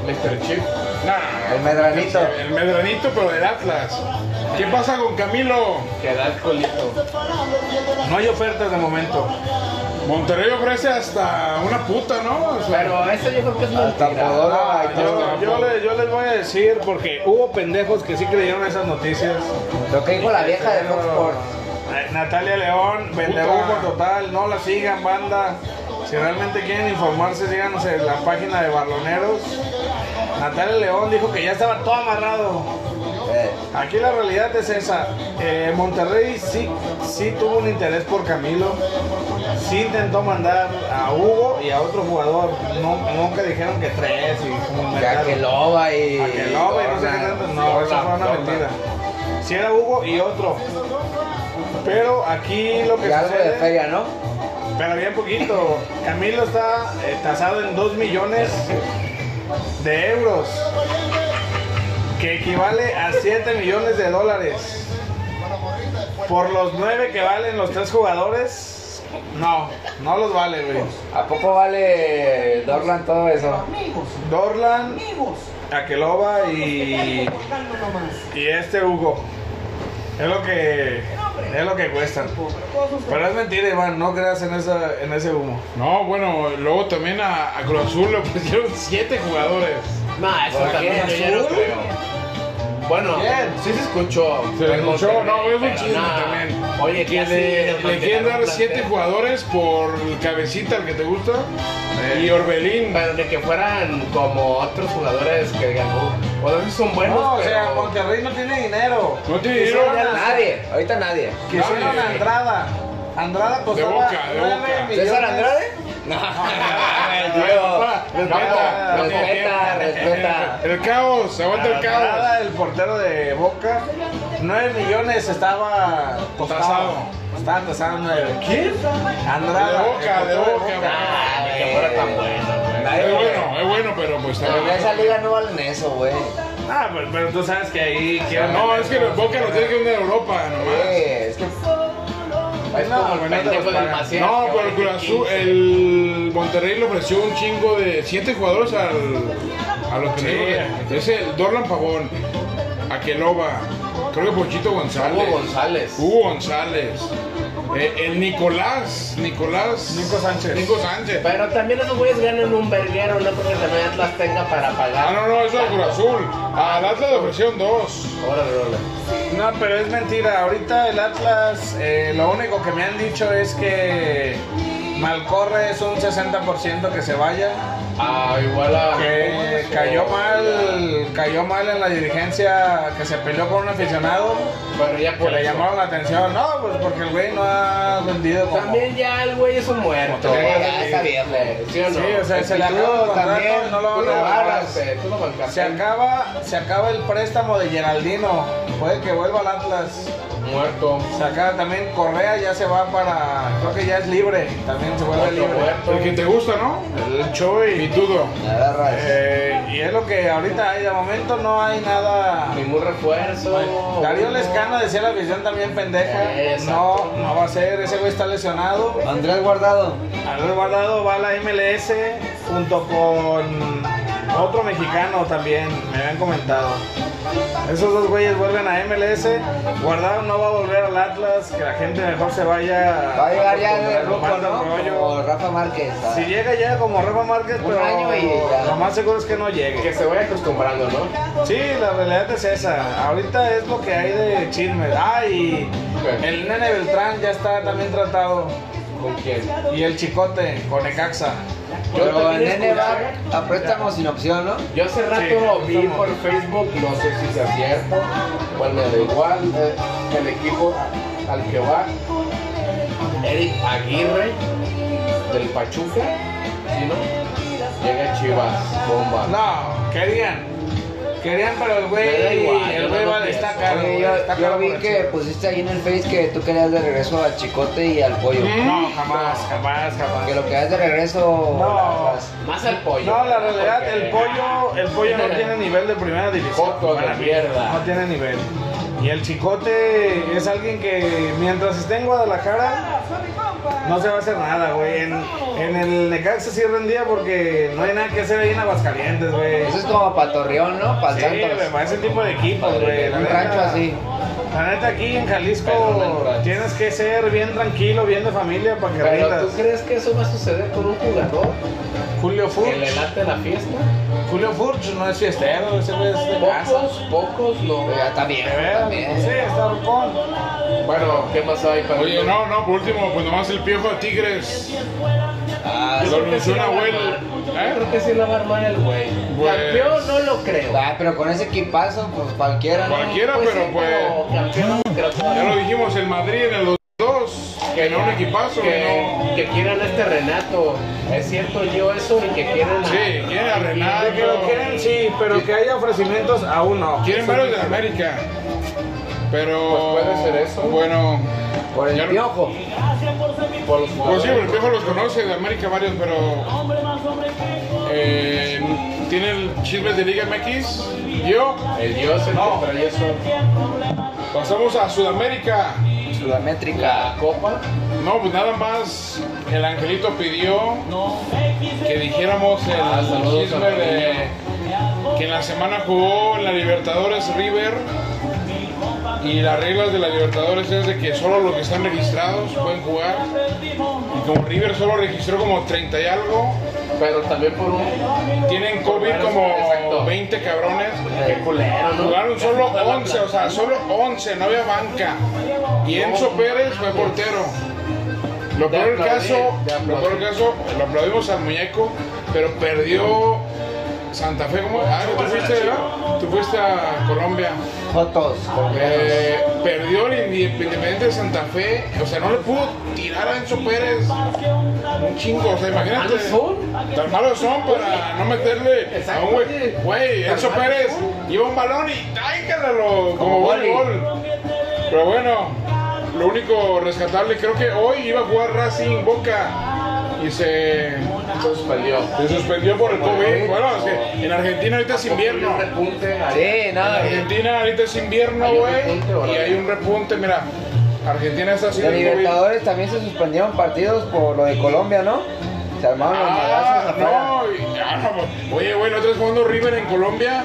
E: Mr. Chip.
C: Nah,
F: El medranito.
C: El medranito, pero del Atlas. ¿Qué pasa con Camilo?
E: Que da el colito.
D: No hay ofertas de momento.
C: Monterrey ofrece hasta una puta, ¿no? O sea,
E: Pero eso yo creo que es
F: Hasta
E: mentira.
F: Podóloga y todo.
D: Yo, Ah, yo le- yo les voy a decir, porque hubo pendejos que sí creyeron esas noticias.
F: Lo que dijo la vieja de Fox Sports.
D: Este, Eh, Natalia León, vendehumo total, no la sigan, banda. Si realmente quieren informarse, síganos en la página de Barloneros. Natalia León dijo que ya estaba todo amarrado.
F: Eh,
D: Aquí la realidad es esa. Eh, Monterrey sí, sí tuvo un interés por Camilo. Sí intentó mandar a Hugo y a otro jugador. No, nunca dijeron que tres y como
F: ya
D: inventaron.
F: que loba y.
D: A Ah, que no, güey, no sé qué tanto. No, eso fue una mentira. Si era Hugo y otro. Pero aquí lo que
F: Y algo de
D: sucede,
F: feria, ¿no?
D: pero bien poquito. Camilo está eh, tasado en 2 millones de euros, que equivale a 7 millones de dólares. Por los 9 que valen los tres jugadores, no, no los vale, güey.
F: ¿A poco vale Dorlan todo eso?
D: Dorlan, Akeloba y, y este Hugo. Es lo que es lo que cuestan. Pero es mentira, Iván, no creas en esa en ese humo.
C: No, bueno, luego también a, a Cruz Azul le ofrecieron siete jugadores.
E: No, eso también yo ya no creo. Bueno,
D: ¿Quién?
E: sí se escuchó.
C: Se
E: Fue
C: escuchó,
E: Monterrey,
C: no, es un
E: pero
C: chisme
E: nada.
C: también.
E: Oye,
C: Que
E: ¿quién
C: le, le quieren dar siete jugadores por el cabecita, el que te gusta,
E: Eh.
C: y Orbelín.
E: Pero de que fueran como otros jugadores que ganó. O sea, esos son buenos,
D: No, o
E: pero...
D: sea, Monterrey no tiene dinero.
C: No tiene dinero.
D: Quisieron a-
F: Nadie, ahorita nadie.
D: Quisieron
C: Nadie.
D: a Andrada. Andrada costaba
C: Boca, de
D: nueve
C: Boca.
D: millones.
F: ¿César Andrade?
C: Papá, respeta,
F: No,
C: no tiene
F: respeta,
C: tiempo.
F: respeta.
C: El caos, aguanta el caos.
D: Andrada, el portero de Boca, 9 millones estaba costaba.
C: Tasado.
D: Estaba tasado 9.
C: ¿Quién?
D: Andrada.
C: De Boca,
D: el
C: de
D: portero
C: Boca,
E: Ah, de
D: eh,
E: que fuera tan bueno, güey.
C: Es
F: Nadie.
C: bueno, es bueno, pero pues
F: Pero en
C: también-
F: esa liga no valen eso, güey.
D: Ah, pero, pero tú sabes que ahí quieren.
C: No, es que los Boca los tiene que vender a Europa nomás.
F: Eh, es que
E: Es
D: No,
E: como el
D: güey, no te
E: pendejo
D: los
E: del
D: pagan.
E: Maciel,
C: No,
E: que
C: pero el
E: vale
C: Cruz Azul,
D: eh,
E: 15.
C: el Monterrey le ofreció un chingo de siete jugadores al, a los que le- Es el Dorlan Pavón, Aqueloba, creo que Pochito González,
E: Hugo González.
D: Uh.
C: Hugo González, eh, el Nicolás, Nicolás,
D: Nico Sánchez.
C: Nico Sánchez.
E: Pero también esos güeyes ganan un verguero, no creo que también Atlas tenga para pagar.
C: Ah, no, no, es el Cruz Azul. Al Atlas le ofrecieron dos.
E: Órale, órale.
D: No, pero es mentira. Ahorita el Atlas, eh, lo único que me han dicho es que Malcorre es un 60% que se vaya.
E: Ah, igual a.
D: que cayó mal, cayó mal en la dirigencia, que se peleó con un aficionado,
E: Bueno, ya
D: que
E: por
D: le
E: eso.
D: llamaron la atención. No, pues porque el güey no ha vendido como-
E: También ya el güey es un muerto.
D: Ya
F: está viejo. eh.
E: ¿Sí o no?
D: Sí, o sea, se le
F: Tú
D: acaba el contrato,
F: también,
D: no lo
E: tú
D: van
E: lo
D: a renovar.
E: bancaste, tú lo bancaste.
D: Se acaba, se acaba el préstamo de Geraldino, puede que vuelva al Atlas.
E: Muerto.
D: Se acaba también Correa, ya se va para, creo que ya es libre, también se vuelve
E: Muerto,
D: libre.
E: muerto.
C: El que te gusta, ¿no?
D: El Chuy.
C: Pitudo.
F: Agarras.
D: Eh, y es lo que ahorita hay, de momento no hay nada.
E: Ningún refuerzo.
D: Darío Lescano decía la visión también pendeja.
E: Exacto.
D: No, no va a ser, ese güey está lesionado.
F: Andrés Guardado.
D: Andrés Guardado va a la MLS junto con otro mexicano también, me habían comentado. Esos dos güeyes vuelven a MLS. Guardado no va a volver al Atlas, que la gente mejor se vaya.
F: Va a llegar ya el grupo,
D: Armando
F: ¿no?
D: Arroyo.
F: Como Rafa Márquez. ¿sabes?
D: Si llega ya como Rafa Márquez,
F: Un
D: pero
F: año y ya.
D: lo más seguro es que no
E: Que
D: llegue.
E: se vaya acostumbrando, ¿no?
D: Sí, la realidad es esa. Ahorita es lo que hay de chismes. Ah, y
E: Ok.
D: el nene Beltrán ya está también tratado.
E: ¿Con quién?
D: Y el chicote con Ecaxa.
F: Pero el
E: también
F: nene va
E: escuché-
F: a préstamo sin opción, ¿no?
E: Yo hace rato vi por Facebook, no sé si sea cierto, bueno, me da igual, eh, el equipo al que va, Eric Aguirre, del Pachuca, ¿sí no? Llega Chivas, bomba.
D: No, querían. Querían, pero el
E: Me da
D: güey.
E: igual, yo
D: El
E: no
D: güey
E: lo
D: va-
E: pienso.
D: está caro.
F: Oye,
D: güey,
F: yo,
D: está
F: yo
D: caro
F: vi
D: por el
F: que
D: chico.
E: pues,
F: pusiste ahí en el Face que tú querías de regreso al Chicote y al Pollo.
D: No, jamás, jamás, jamás.
F: Que lo que das de regreso.
D: No.
E: Más al pollo.
D: No, la realidad,
E: porque-
D: el pollo, el pollo no tiene nivel de primera división.
E: Joto de
D: para mí.
E: mierda.
D: No tiene nivel. Y el chicote es alguien que mientras esté en Guadalajara no se va a hacer nada, güey. En, en el Necaxa sí rendía porque no hay nada que hacer ahí en Aguascalientes, güey.
F: Eso es como para Torreón, ¿no? Para
D: Sí,
F: Santos.
D: güey, para ese tipo de equipos, güey. la
F: Un
D: neta-
F: rancho así.
D: La neta, aquí en
E: Pero no
D: Jalisco
E: el rancho.
D: tienes que ser bien tranquilo, bien de familia para que
E: Pero ¿tú
D: rindas.
E: crees que eso va a suceder con un jugador?
D: Julio
E: ¿Que le
D: Furch.
E: late la fiesta?
D: Julio Furch no es fiestero, ese güey es de casa.
E: Pocos, pocos no.
F: Pero ya está bien.
D: De veras,
F: también.
D: sí, está rucón.
E: Bueno, ¿qué más hay para
C: Oye, no, no, por último, pues nomás el piojo a Tigres.
F: Ah,
C: Lo
E: Yo creo que sí
C: anunció
E: la va a
C: Nahuel.
E: armar.
C: ¿Eh?
E: Yo creo que sí la va a armar el güey.
C: Pues-
E: Campeón no lo creo.
F: Ah, pero con ese equipazo, pues cualquiera. ¿no?
C: Cualquiera, pero
E: sí,
C: pues.
E: Campeón no creo.
C: Ya lo dijimos, el Madrid en el 2 que era un equipazo.
E: Que,
C: ¿no?
E: que quieran a este Renato. Es cierto yo eso y que quieran a...
C: Sí, quieren a
D: De que lo quieren,
C: Renato.
D: sí, pero que haya ofrecimientos, aún no.
C: Quieren varios de la América. Pero.
E: Pues puede ser eso.
C: Bueno.
F: Por
C: Ya
F: el
C: lo-
F: piojo.
E: Por los
C: Pues sí,
E: jugadores.
C: el viejo los conoce de América varios, pero. Eh, ¿Tienen chismes de Liga MX? Yo.
E: El dios, el
C: pues, No.
E: que trae eso.
C: Pasamos a Sudamérica.
F: Sudamétrica.
E: La copa.
C: No, pues nada más. El angelito pidió que dijéramos el
E: Ah, saludos,
C: chisme de. Que en la semana jugó en la Libertadores River. Y las reglas de la Libertadores es de que solo los que están registrados pueden jugar. Y como River solo registró como 30 y algo,
E: Pero también por un...
C: Tienen COVID
E: Exacto.
C: como 20 cabrones.
E: Qué culero, ¿no?
C: Jugaron solo 11, o sea, solo 11, no había banca. Y Enzo Pérez fue portero. Lo
E: De
C: peor del
E: aplaudir,
C: caso,
E: de
C: lo peor del caso, lo aplaudimos al muñeco, pero perdió Santa Fe. ¿Cómo? Ah, tú fuiste, ¿verdad? Tú fuiste a Colombia.
F: Fotos.
C: Eh, perdió el Independiente de Santa Fe, o sea, no le pudo tirar a Enzo Pérez un chingo, o sea, imagínate.
E: malos son?
C: Tan malos son para no meterle a un güey.
E: Exactamente.
C: Güey,
E: Tan
C: Enzo
E: malos
C: Pérez
E: son.
C: lleva un balón y táiganlo como
E: vóley.
C: voleibol. Pero bueno, lo único rescatable, creo que hoy iba a jugar Racing Boca y se,
E: Suspendió.
C: se suspendió por el COVID. Bueno, es que en Argentina ahorita es invierno.
E: Un repunte.
F: Sí,
C: En
F: nada. bien.
C: Argentina ahorita es invierno,
E: Hay un repunte,
C: güey,
E: ¿verdad?
C: y hay un repunte, mira. Argentina está
F: De
C: haciendo el COVID.
F: Libertadores también se suspendieron partidos por lo de Colombia, ¿no? Se armaron los madrazos
C: Ah,
F: afuera.
C: no, y- ah, no, pues, oye, güey, nosotros jugando River en Colombia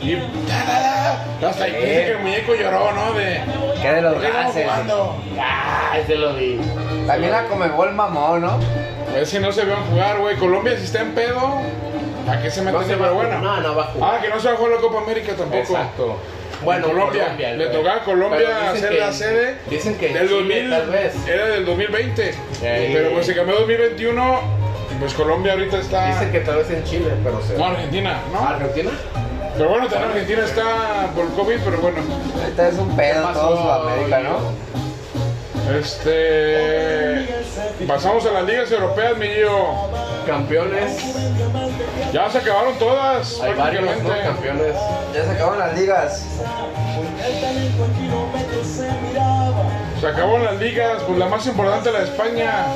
C: y ta, ta, ta, hasta ahí dice que el muñeco lloró, ¿no? De
F: Que
C: ¿por
F: de los
C: qué estamos
F: gases.
C: jugando?
E: Ah, ese lo vi.
F: También la Comebol mamó, ¿no?
C: Es que no se vean jugar, güey. Colombia si está en pedo, ¿a qué se mete?
E: se va a jugar.
C: pero bueno.
E: No, no va a jugar.
C: Ah, que no se va a jugar la Copa América tampoco.
E: Exacto.
C: Bueno, Colombia, le
E: güey.
C: tocaba a Colombia
E: Pero dicen
C: hacer
E: que-
C: la sede
E: Dicen que en
C: del Eh.
E: Chile,
C: 2000,
E: tal vez.
C: era del 2020,
E: Ey.
C: pero pues se cambió a 2021 Pues Colombia ahorita está.
E: Dicen que tal vez en Chile, pero se. Ah,
C: No, Argentina, ¿no?
E: ¿Argentina?
C: Pero bueno, también Argentina está por COVID, pero bueno.
F: Ahorita es un pedo en toda Sudamérica, ¿no?
C: Este. Pasamos a las ligas europeas, mi Gio.
E: Campeones.
C: Ya se acabaron todas,
E: Hay varios, ¿no?
C: prácticamente.
E: Campeones.
F: Ya se acabaron las ligas.
C: Se acabó las ligas, pues la más importante, la de España.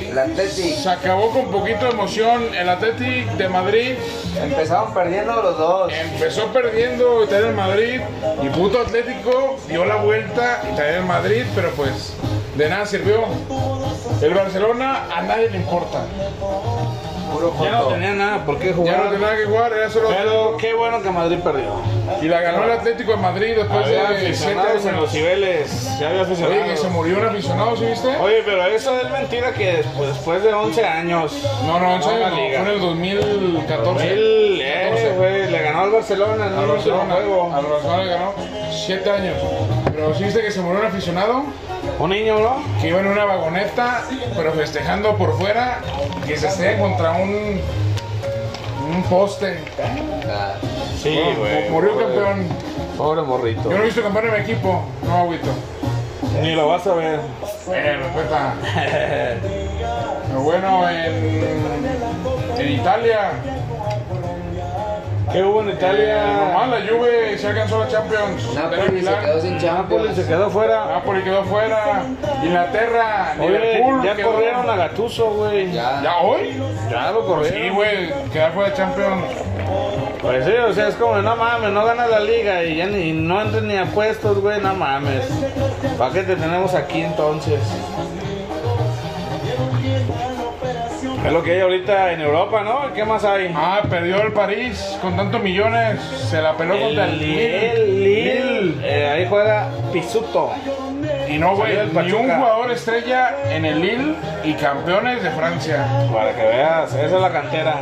F: El Atleti.
C: Se acabó con poquito de emoción. El Athletic de Madrid
F: Empezaron perdiendo los dos.
C: empezó perdiendo está en el Madrid y puto Atlético dio la vuelta y también el Madrid, pero pues de nada sirvió. El Barcelona a nadie le importa.
F: Puro
D: Ya no
F: joto.
D: tenía nada por
C: Ya
D: qué
C: no
D: jugar.
C: tiene nada que jugar, era solo
D: Pero qué bueno que Madrid perdió.
C: y la ganó el Atlético de Madrid después
D: Había
C: de siete
D: aficionados en los
C: años.
D: niveles. Ya había
C: Oye, que
D: aficionados.
C: se murió un aficionado, ¿sí viste?
D: Oye, pero esa es mentira que después, después de 11 años.
C: No, no, en
D: No,
C: serio,
D: la
C: no, fue
D: liga.
C: en el 2014.
D: Él, eh, güey, le ganó al Barcelona en
C: Al
D: el último
C: Barcelona, al
D: juego.
C: Barcelona le ganó 7 años. Pero sí viste que se murió un aficionado
D: Un niño, ¿no?
C: que iba en una vagoneta, pero festejando por fuera, que se esté contra un, un poste.
D: Sí,
C: Bueno,
D: güey.
C: murió
D: pobre-
C: campeón.
D: Pobre morrito.
C: Yo no he visto campeón en mi equipo, no agüito.
D: Ni lo vas a ver.
C: Eh, respeta. Pero bueno, en, en Italia,
D: ¿Qué hubo en
C: Italia, normal,
D: Italia?
C: la Juve se alcanzó la Champions. Del
F: Napoli se
C: Milán.
F: quedó sin
D: Napoli
F: Champions.
D: se quedó fuera.
C: Napoli quedó fuera. Inglaterra,
D: Oye,
C: Liverpool.
D: ya
C: quedó-
D: corrieron a Gatuso, güey.
F: Ya.
C: ¿Ya hoy?
D: Ya lo corrieron.
C: Sí, güey, quedar fuera de Champions.
D: Pues sí, o sea, es como, no mames, no ganas la liga y ya ni, no entres ni a puestos, güey, no mames. ¿Para qué te tenemos aquí entonces? Es lo que hay ahorita en Europa, ¿no? ¿Qué más hay?
C: Ah, perdió el París con tantos millones. Se la peló contra el
D: Lille, Lille. Eh, ahí juega Pisuto.
C: Y no, güey,
D: Salió el
C: ni un
D: Pachuca.
C: jugador estrella en el Lille y campeones de Francia.
D: Para que veas, esa es la cantera.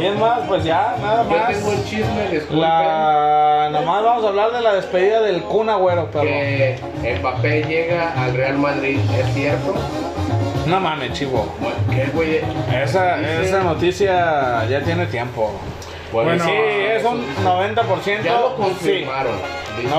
D: Y es más, pues ya, nada
E: Yo
D: más.
E: tengo un chisme, disculpen.
D: La... Nomás vamos a hablar de la despedida del Kun Agüero, perro.
E: Que Mbappé llega al Real Madrid, ¿es cierto?
D: No mames, chivo.
E: Bueno, ¿Qué güey?
D: Esa,
E: Dice-
D: esa noticia ya tiene tiempo.
C: Bueno,
D: sí, es un 90%.
E: Ya lo
D: sí.
E: confirmaron. Dice,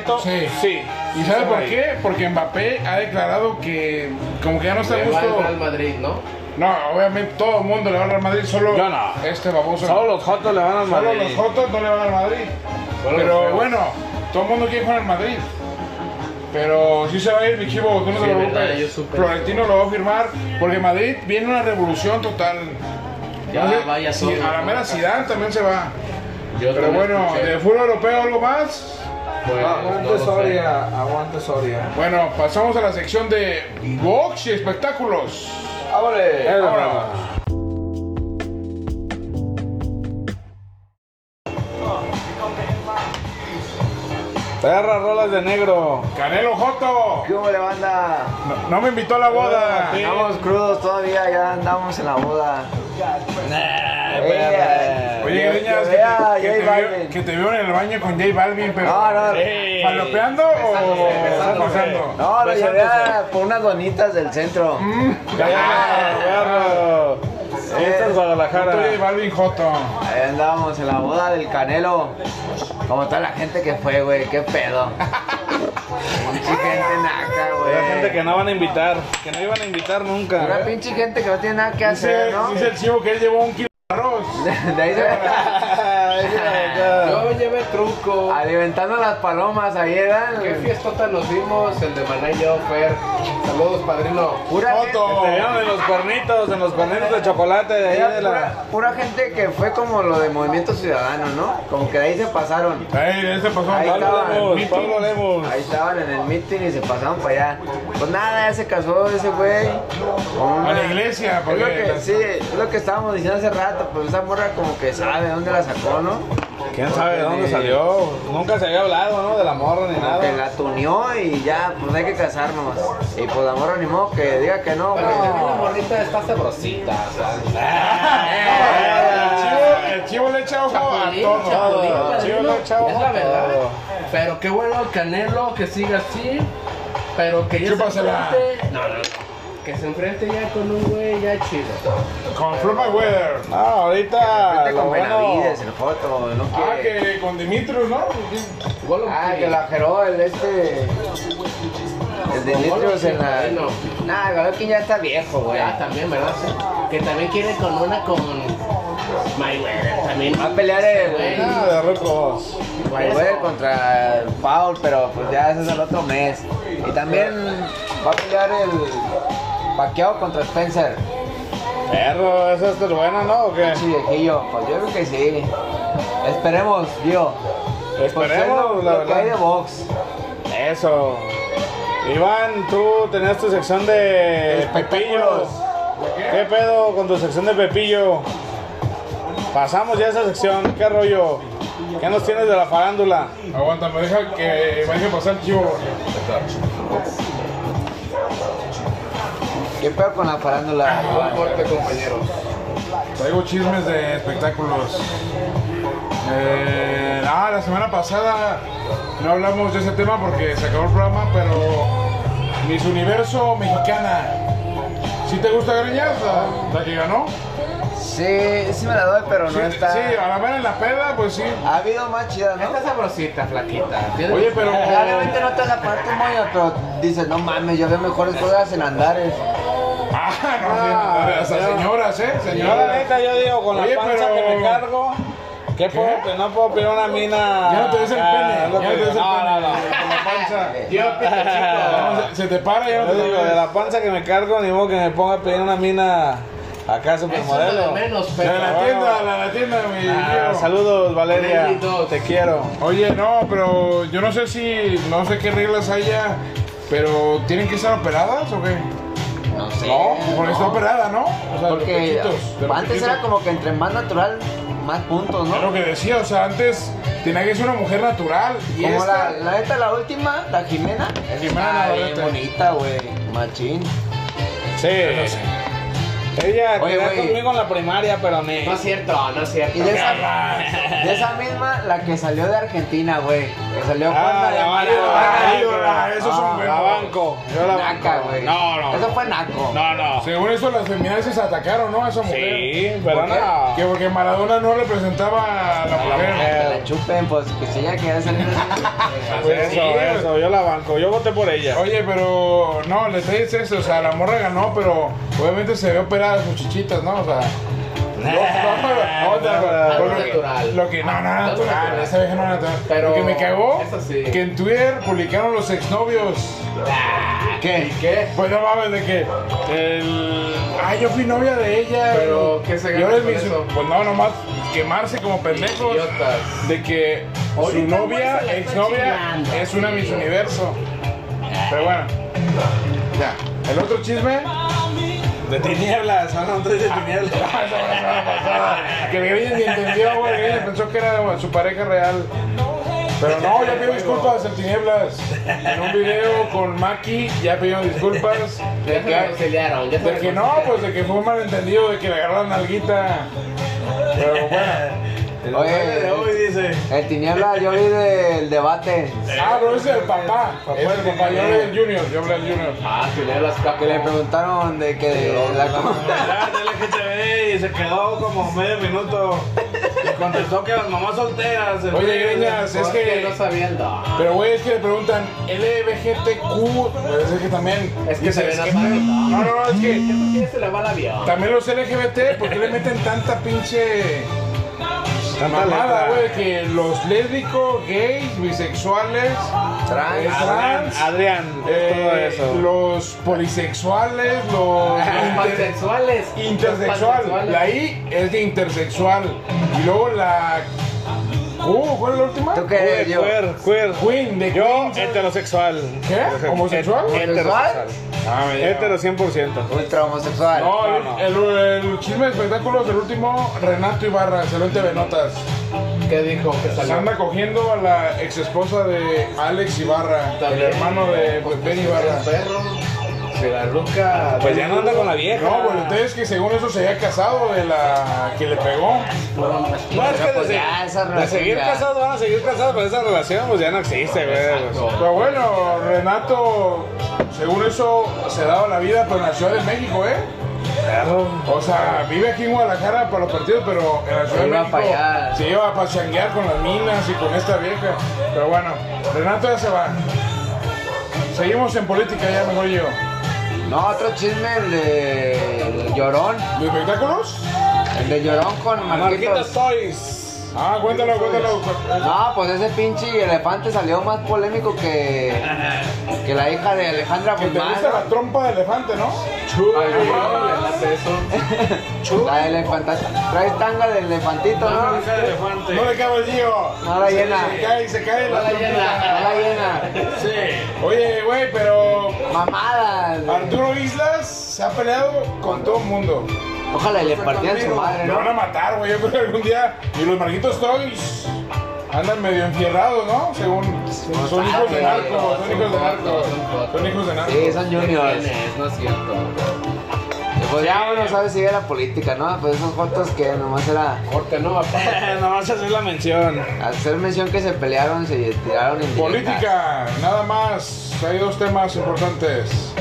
D: 90%
C: Sí.
D: sí.
C: ¿Y sabe por
D: Ahí.
C: qué? Porque Mbappé ha declarado que como que ya no está a
E: le va al
C: gusto.
E: Real Madrid, ¿no?
C: No, obviamente todo el mundo le va al Real Madrid, solo
D: Yo no.
C: este baboso.
D: Solo los Jotos le van al
C: Solo
D: Madrid.
C: los Jotos no le van al Madrid.
E: Solo los
C: Pero
E: feos.
C: bueno, todo el mundo quiere jugar al Madrid. Pero sí se va a ir, mi chivo, tú no te
E: Sí,
C: preocupes.
E: verdad, yo supe.
C: Florentino lo va a firmar porque Madrid viene una revolución total.
E: Ya,
C: No sé,
E: vaya
C: y
E: solo,
C: A la
E: ¿no?
C: mera Zidane también se va.
E: Yo
C: Pero
E: también
C: bueno, Ah,
E: escuché.
C: del fútbol europeo algo más.
E: Pues, no lo
D: Aguante
E: sé.
D: Soria, aguante Soria.
C: Bueno, pasamos a la sección de box y espectáculos.
F: ¡Ábrele!
C: Ahora,
D: Perras rolas de negro.
C: Canelo Joto.
F: ¿Qué hubo, le banda?
C: No, no me invitó a la boda.
F: Andamos crudos todavía, ya andamos en la boda. Eh,
C: Oye,
F: que-
C: Griñas,
F: que
C: que,
F: vea
C: te- que
F: J
C: te vio-
F: Balvin.
C: que te vio en el baño con J Balvin, pero...
F: No, no,
C: ¿Palopeando o pasando?
F: no, lo llevé a- por unas donitas del centro.
D: Perro. Esta es
C: J
D: Guadalajara.
C: Balvin Joto.
F: Ahí andábamos en la boda del Canelo. Como toda la gente que fue, güey, qué pedo. Pinche gente naca,
D: Hay gente que eh.
F: güey.
D: no van a invitar, que no iban a invitar
F: Una
D: nunca.
F: pinche gente que no tiene nada que
C: Dice,
F: hacer, ¿no?
C: dice el chivo que él llevó un kilo de arroz.
F: De ahí se...
E: Yo llevé truco.
F: Alimentando las palomas ahí eran.
E: ¿Qué fiestota nos dimos? El de Maná y yo, Fer. Saludos, padrino.
F: Pura
C: Joto.
D: Te vieron en los cuernitos, en los cuernitos de chocolate de ahí de
F: Era
D: la.
F: pura, pura gente que fue como lo de Movimiento Ciudadano, ¿no? Como que de ahí se pasaron.
C: Ey, de ese pasó.
F: Ahí
D: Pablo
F: estaba.
D: Lemos, Pablo Lemos.
F: Ahí estaban en el meeting y se pasaron para allá. Pues nada, ya se casó ese güey. con una-
C: A la iglesia,
F: Es
C: porque...
F: lo que, sí, es lo que estábamos diciendo hace rato, pues esa morra como que sabe dónde la sacó, ¿no?
D: ¿Quién sabe de dónde salió? Nunca se había hablado, ¿no? De la morra
C: Eh,
D: ni
F: Como que
D: nada.
F: la tuneó y ya, pues hay que casarnos. Y pues la morra ni modo que diga que no,
E: Pero también la
F: güey.
E: morrita está sabrosita. o sea,
F: Ah,
E: eh,
C: El chivo- El chivo le echa ojo a
E: chapulín,
C: todo.
E: chapulín,
D: todo.
E: padrino,
D: Sí, no, chavo,
E: es la verdad.
D: todo.
E: Pero qué bueno, Canelo, que siga así. Pero que ya se
C: Chúpasela.
E: junte- No, no, no. que se enfrente ya con un güey ya chido.
C: Con Floyd Mayweather.
D: Ah, ahorita.
E: eh,
F: Vete
D: Lo
F: con
D: bueno,
F: Benavides, el foto, no
C: Ah,
F: quiere.
C: que con Dimitrios, ¿no?
F: Ah, que la
E: geró el este.
F: El de litros en la.
E: Bueno.
F: Nah, Golovkin ya está viejo, güey.
E: Ah, también, ¿verdad? Que también quiere con una con. Mayweather también.
F: Va a pelear el.
D: Ah, de ricos.
F: Mayweather Pues, contra Paul, pero pues ya ese es el otro mes. Y también va a pelear el Paqueado contra Spencer.
D: Perro, esa está buena, ¿no? ¿O qué?
F: Sí, viejillo, pues yo creo que sí. Esperemos, digo. Por ser lo-
D: Esperemos, la
F: lo que hay de
D: verdad.
F: box.
D: Eso. Iván, tú tenías tu sección de Pepillo.
F: Espectáculos.
D: ¿Qué pedo con tu sección de Pepillo? Pasamos ya a esa sección. ¿Qué rollo? ¿Qué nos tienes de la farándula?
C: Aguanta, me deja que me deje pasar el chivo.
F: ¿Qué pedo con la farándula?
E: Corte, compañero.
C: Traigo chismes de espectáculos. Eh, ah, la semana pasada no hablamos de ese tema porque se acabó el programa, pero Miss Universo Mexicana. ¿Sí te gusta Greñas? La, la que ganó.
F: Sí, sí me la doy, pero
C: Sí,
F: no está.
C: sí, ah. a la ver en la peda, pues sí.
F: Ha habido más chidas, ¿no?
E: Está sabrosita, flaquita. Tiene-
C: Oye, pero.
F: Probablemente no te la parte moña, pero dices, no mames, yo veo mejores cosas en andares.
C: Ah, no, sí, hasta señoras, ¿eh?
D: Yo la
C: Señoras.
D: neta, yo digo, con
C: Oye,
D: la panza
C: pero-
D: que me cargo, ¿qué, puedo? Que no puedo pedir una mina.
C: Ya no te ves el
D: acá,
C: pene.
D: lo
C: Ya
D: que
C: no te ves el pene.
D: digo. No, no, no.
C: Con la panza.
F: Eh,
E: Yo, pito chico.
C: No, se, se te para, ya no
D: Yo
C: te
D: digo, de
C: ves.
D: la panza que me cargo, ni modo que me ponga a pedir una mina
E: Eso
D: acá
E: es lo
D: supermodelo.
E: de menos,
C: La
E: pero.
C: de la tienda, la de la tienda, mi
D: Ah,
C: Diego.
D: saludos, Valeria.
E: Saluditos.
D: Te quiero.
C: Oye, no, pero yo no sé si, no sé qué reglas haya, pero ¿tienen que estar operadas o qué?
F: No sé.
C: No, porque está operada, ¿no? O sea, de los
F: Porque
C: pechitos, de los
F: antes era
C: pechitos.
F: como que entre más natural, más puntos,
C: Es lo
F: ¿no?
C: que decía, o sea, antes tenía que ser una mujer natural y
F: Como la,
C: esta...
F: la neta, la última, la Jimena. esa
C: Jimena
F: está bien
C: Navarrete.
F: bonita, güey. Machín.
D: Sí. Ella
F: Oye,
D: quería
F: güey.
D: conmigo en la primaria, pero me.
E: No es cierto, no es
F: Y
E: cierto.
F: de esa, de esa misma, la que salió de Argentina, güey. Que salió con
D: Ah,
F: la
D: la
F: llamada.
D: banco.
C: Ah, ídola, eso es un
D: Ah,
C: buen-
D: La banco. Yo la
F: Naca,
D: banco.
F: güey.
D: No, no.
F: Eso fue Naco.
D: No, no.
C: Según eso, las feminazis atacaron, ¿no? A esa mujer.
D: Sí, pero
F: ¿Por qué?
D: no.
C: Que porque Maradona no representaba a la mujer.
F: Que la chupen, pues, que si ella quería salir de
D: Pues
C: Sí,
D: eso,
C: güey.
D: eso. Yo la banco. Yo voté por ella.
C: Oye, pero no, le estoy diciendo eso, o sea, la morra ganó, pero obviamente se ve operada sus chichitas, ¿no? O sea, no, no, no, no, no,
E: Algo
C: lo que-
E: natural.
C: Lo que no, no,
E: Algo
C: natural,
E: natural.
C: esa vieja no natural.
E: Pero-
C: lo que me cagó
E: eso sí.
C: que en Twitter publicaron los exnovios.
F: ¿Qué?
E: ¿Qué?
C: Pues no mames de que el ay, yo fui novia de ella.
E: Pero,
C: y-
E: ¿qué se
C: y
E: gana
C: ahora es
E: con
C: mi su-
E: eso?
C: Pues no, nomás quemarse como pendejos.
E: Idiotas.
C: de que su
E: Ahorita, güey,
C: novia,
E: se la está
C: exnovia,
E: chingando.
C: es una Miss Universo. Pero bueno, ya. El otro chisme.
D: De tinieblas. Ahora no tres de tinieblas.
C: que Greñas ni entendió, güey. Greñas pensó que era su pareja real. Pero no, ya pidió disculpas en tinieblas. En un video con Maki ya pidió disculpas.
E: Ya se reconciliaron, ya se
C: De que no, pues de que fue un malentendido, de que le agarraron nalguita. Pero bueno.
F: Oye,
D: de hoy dice.
F: El Tiniebla, yo vi del debate.
C: Ah, pero ese es el papá. Ese es el papá. Yo hablé del Junior, yo hablé del Junior.
E: Ah, se le las
F: Que le
C: Pues
E: capas.
F: preguntaron de que la
D: Ya, ya la que te ve y se quedó como medio minuto. Y contestó que las mamás solteras. el-
C: Oye, Greñas, es
E: Porque
C: que.
E: no sabiendo.
C: Pero, güey, es que le preguntan LGBTQ. Pues es que también.
E: Es que
C: dices,
E: se ven
C: "Es
E: a
C: que-
E: madre".
C: No, no, no, es que.
E: ¿Quién se le va el avión?
C: También los LGBT, ¿por qué le meten tanta pinche. mamada,
D: letra.
C: güey? Que los lésbicos, gays, bisexuales. eh,
F: trans.
C: Trans.
D: Adrián,
C: eh,
D: es todo eso.
C: Los polisexuales, los.
E: Los
C: inter-
E: pansexuales. Los
C: Intersexual.
E: pansexuales.
C: La I es de intersexual. Y luego la. Uh, ¿Cuál es la última?
F: ¿Tú qué eres, yo?
D: Queer, queer.
C: Queen, de
D: Yo, eh,
C: Queen, ¿sabes?
D: heterosexual.
C: ¿Qué? ¿Homosexual?
D: Het- Heterosexual.
C: Ah, me diga.
D: Hetero 100%.
F: Ultra homosexual.
C: No, el,
D: No, no.
C: el- el chisme de espectáculos, el último, Renato Ibarra, salió en TV Notas.
E: ¿Qué dijo? Que
C: Se
E: salió.
C: anda cogiendo a la ex esposa de Alex Ibarra, el
E: También.
C: hermano de pues, Ben Ibarra.
E: perro. que la ruca.
D: Pues ya no anda con la vieja.
C: No, bueno, entonces que según eso se había casado de la que le pegó.
D: No, es que
F: Pues
D: de,
F: ya, esa
D: de
F: relación
D: seguir
F: ya.
D: casados van a seguir casados, pero esa relación pues ya no existe, güey.
C: Pero bueno, Renato, según eso, se daba la vida, pero en la Ciudad de México, ¿eh? O sea, vive aquí en Guadalajara para los partidos, pero en la Ciudad
F: Iba
C: de México
F: para allá.
C: se iba a changuear con las minas y con esta vieja. Pero bueno, Renato ya se va. Seguimos en política ya, mejor yo.
F: No, otro chisme, el de el Llorón.
C: ¿De espectáculos?
F: El de Llorón con
D: Marquitos
F: Marquitos.
D: Toys.
C: Ah, cuéntalo, cuéntalo.
F: No, pues ese pinche elefante salió más polémico que, que la hija de Alejandra
C: Que te
F: Guzmán.
C: gusta la trompa de elefante, ¿no?
E: Ay, güey, le hace eso.
F: La elefanta. Traes tanga de elefantito, ¿no?
D: Hija de elefante.
C: No le cabe el lío.
F: No la llena.
C: Se cae, se cae
F: No
C: la
F: la
C: trompita.
F: llena, no la llena.
C: Oye, güey, pero
F: Mamadas.
C: Arturo Islas se ha peleado con todo el mundo.
F: Ojalá le partieran su madre,
C: Lo
F: ¿no?
C: van a matar, güey, yo creo que algún día. Y los marquitos Toys andan medio enfierrados, ¿no? Según. Son hijos de narco, son hijos de narco. Son hijos de narco.
F: Sí, son juniors.
E: Es, no es cierto.
F: Pues ya uno sabe si era política, ¿no? Pues esas fotos que nomás era
E: Porque no, papá.
D: Nomás hacer la mención.
F: hacer mención que se pelearon, se tiraron en
C: Política, nada más. Hay dos temas importantes.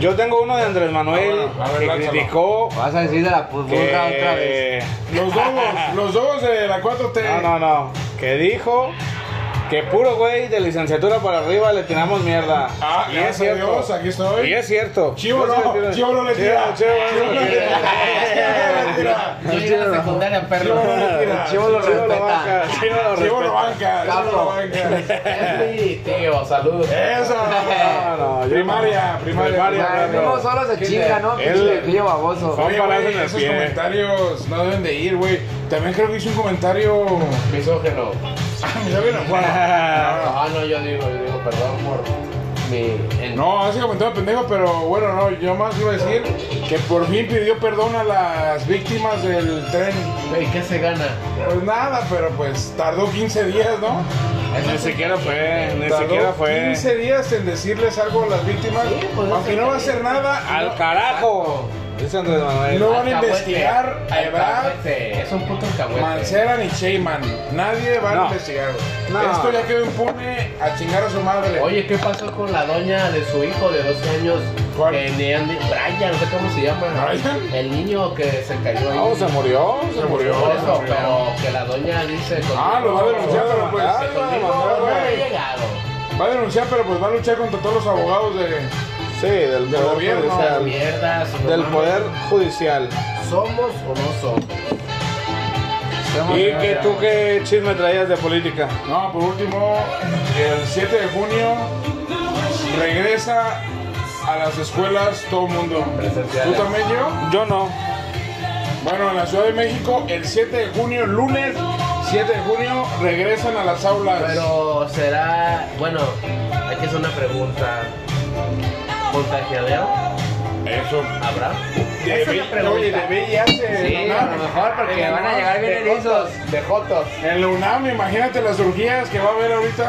D: Yo tengo uno de Andrés Manuel
C: Ah, bueno, a ver,
D: que
C: lánzalo.
D: criticó
F: Vas a decir de la burra
D: que...
F: otra vez.
C: Los dogos, los dogos de la 4T.
D: No, no, no. Que dijo que puro güey de licenciatura para arriba le tiramos mierda.
C: Ah, gracias a Dios, aquí estoy.
D: Y es cierto.
C: Chivo
D: Yo sí le
C: no,
D: tiro-
C: Chivo no le tira.
D: Chivo,
C: Chivo no le tira. Chivo no le tira.
E: Yo llegué a la secundaria, perro.
C: Chivo no le tira.
F: Chivo lo
D: Chivo lo
F: respeta.
D: banca, Chivo lo
C: Chivo no
D: respeta.
C: banca. Chivo no banca.
E: Es mi tío, salud.
C: Eso.
D: No, no, yo-
C: Primaria, primaria.
D: Primaria,
F: El mismo solo se chinga, ¿no?
D: Él-
F: Pinche viejillo baboso.
D: Son
C: Oye,
D: palabras
C: güey,
D: en el
C: esos
D: pie.
C: comentarios no deben de ir, güey. También creo que hice un comentario.
E: Misógeno.
C: Ah, mira, mira, bueno.
E: Ah, no, yo digo, yo digo, perdón por mi. en-
C: No, hace comentario pendejo, pero bueno, no. Yo más iba a decir que por fin pidió perdón a las víctimas del tren.
E: ¿Y qué se gana?
C: Pues nada, pero pues tardó 15 días, ¿no?
D: Ni siquiera fue, ni
C: Tardó
D: siquiera fue.
C: 15 días en decirles algo a las víctimas.
E: pues,
C: aunque no va a hacer nada.
D: Al carajo. Dice Andrés Manuel.
C: No van a
E: Alcahuete.
C: investigar a Ebrard,
E: Alcahuete. Es un puto alcahuete.
C: Mancera ni Sheyman. Nadie va a
D: No.
C: investigar.
D: No.
C: Esto ya quedó impune a chingar a su madre.
E: Oye, ¿qué pasó con la doña de su hijo de 12 años?
C: ¿Cuál?
E: Que ni han di- Brian, no sé cómo se llama.
C: ¿Brian?
E: El niño que se cayó ahí.
D: No, Oh, se murió, se
C: Se
D: murió.
C: murió.
E: Por eso,
C: se murió.
E: pero que la doña dice.
C: Ah, lo va a denunciar, pero pues.
D: Ah,
C: lo va a
E: Conmigo
C: denunciar,
E: no
C: güey.
E: he llegado.
C: Va a denunciar, pero pues va a luchar contra todos los abogados de.
D: Sí, del
C: Del
D: poder
C: gobierno.
E: Esas
D: judicial.
E: mierdas. no
D: Del
E: mames.
D: poder judicial.
E: ¿Somos o no somos?
D: ¿Y que tú qué chisme traías de política?
C: No, por último, el 7 de junio regresa a las escuelas todo el mundo. ¿Tú
E: Presenciales.
C: también yo?
D: Yo no.
C: Bueno, en la Ciudad de México, el 7 de junio, lunes 7 de junio, regresan a las aulas.
E: Pero será. Bueno, hay que hacer una pregunta. ¿Contagiadero?
C: Eso.
E: ¿Habrá?
C: De
E: Esa es la
C: V-
E: pregunta.
C: Oye, de VIH.
E: Sí,
C: ¿no?
E: a lo mejor porque
F: Que van a llegar bien
E: de
F: erizos.
E: jotos, De jotos.
C: En la UNAM, imagínate las cirugías que va a haber ahorita.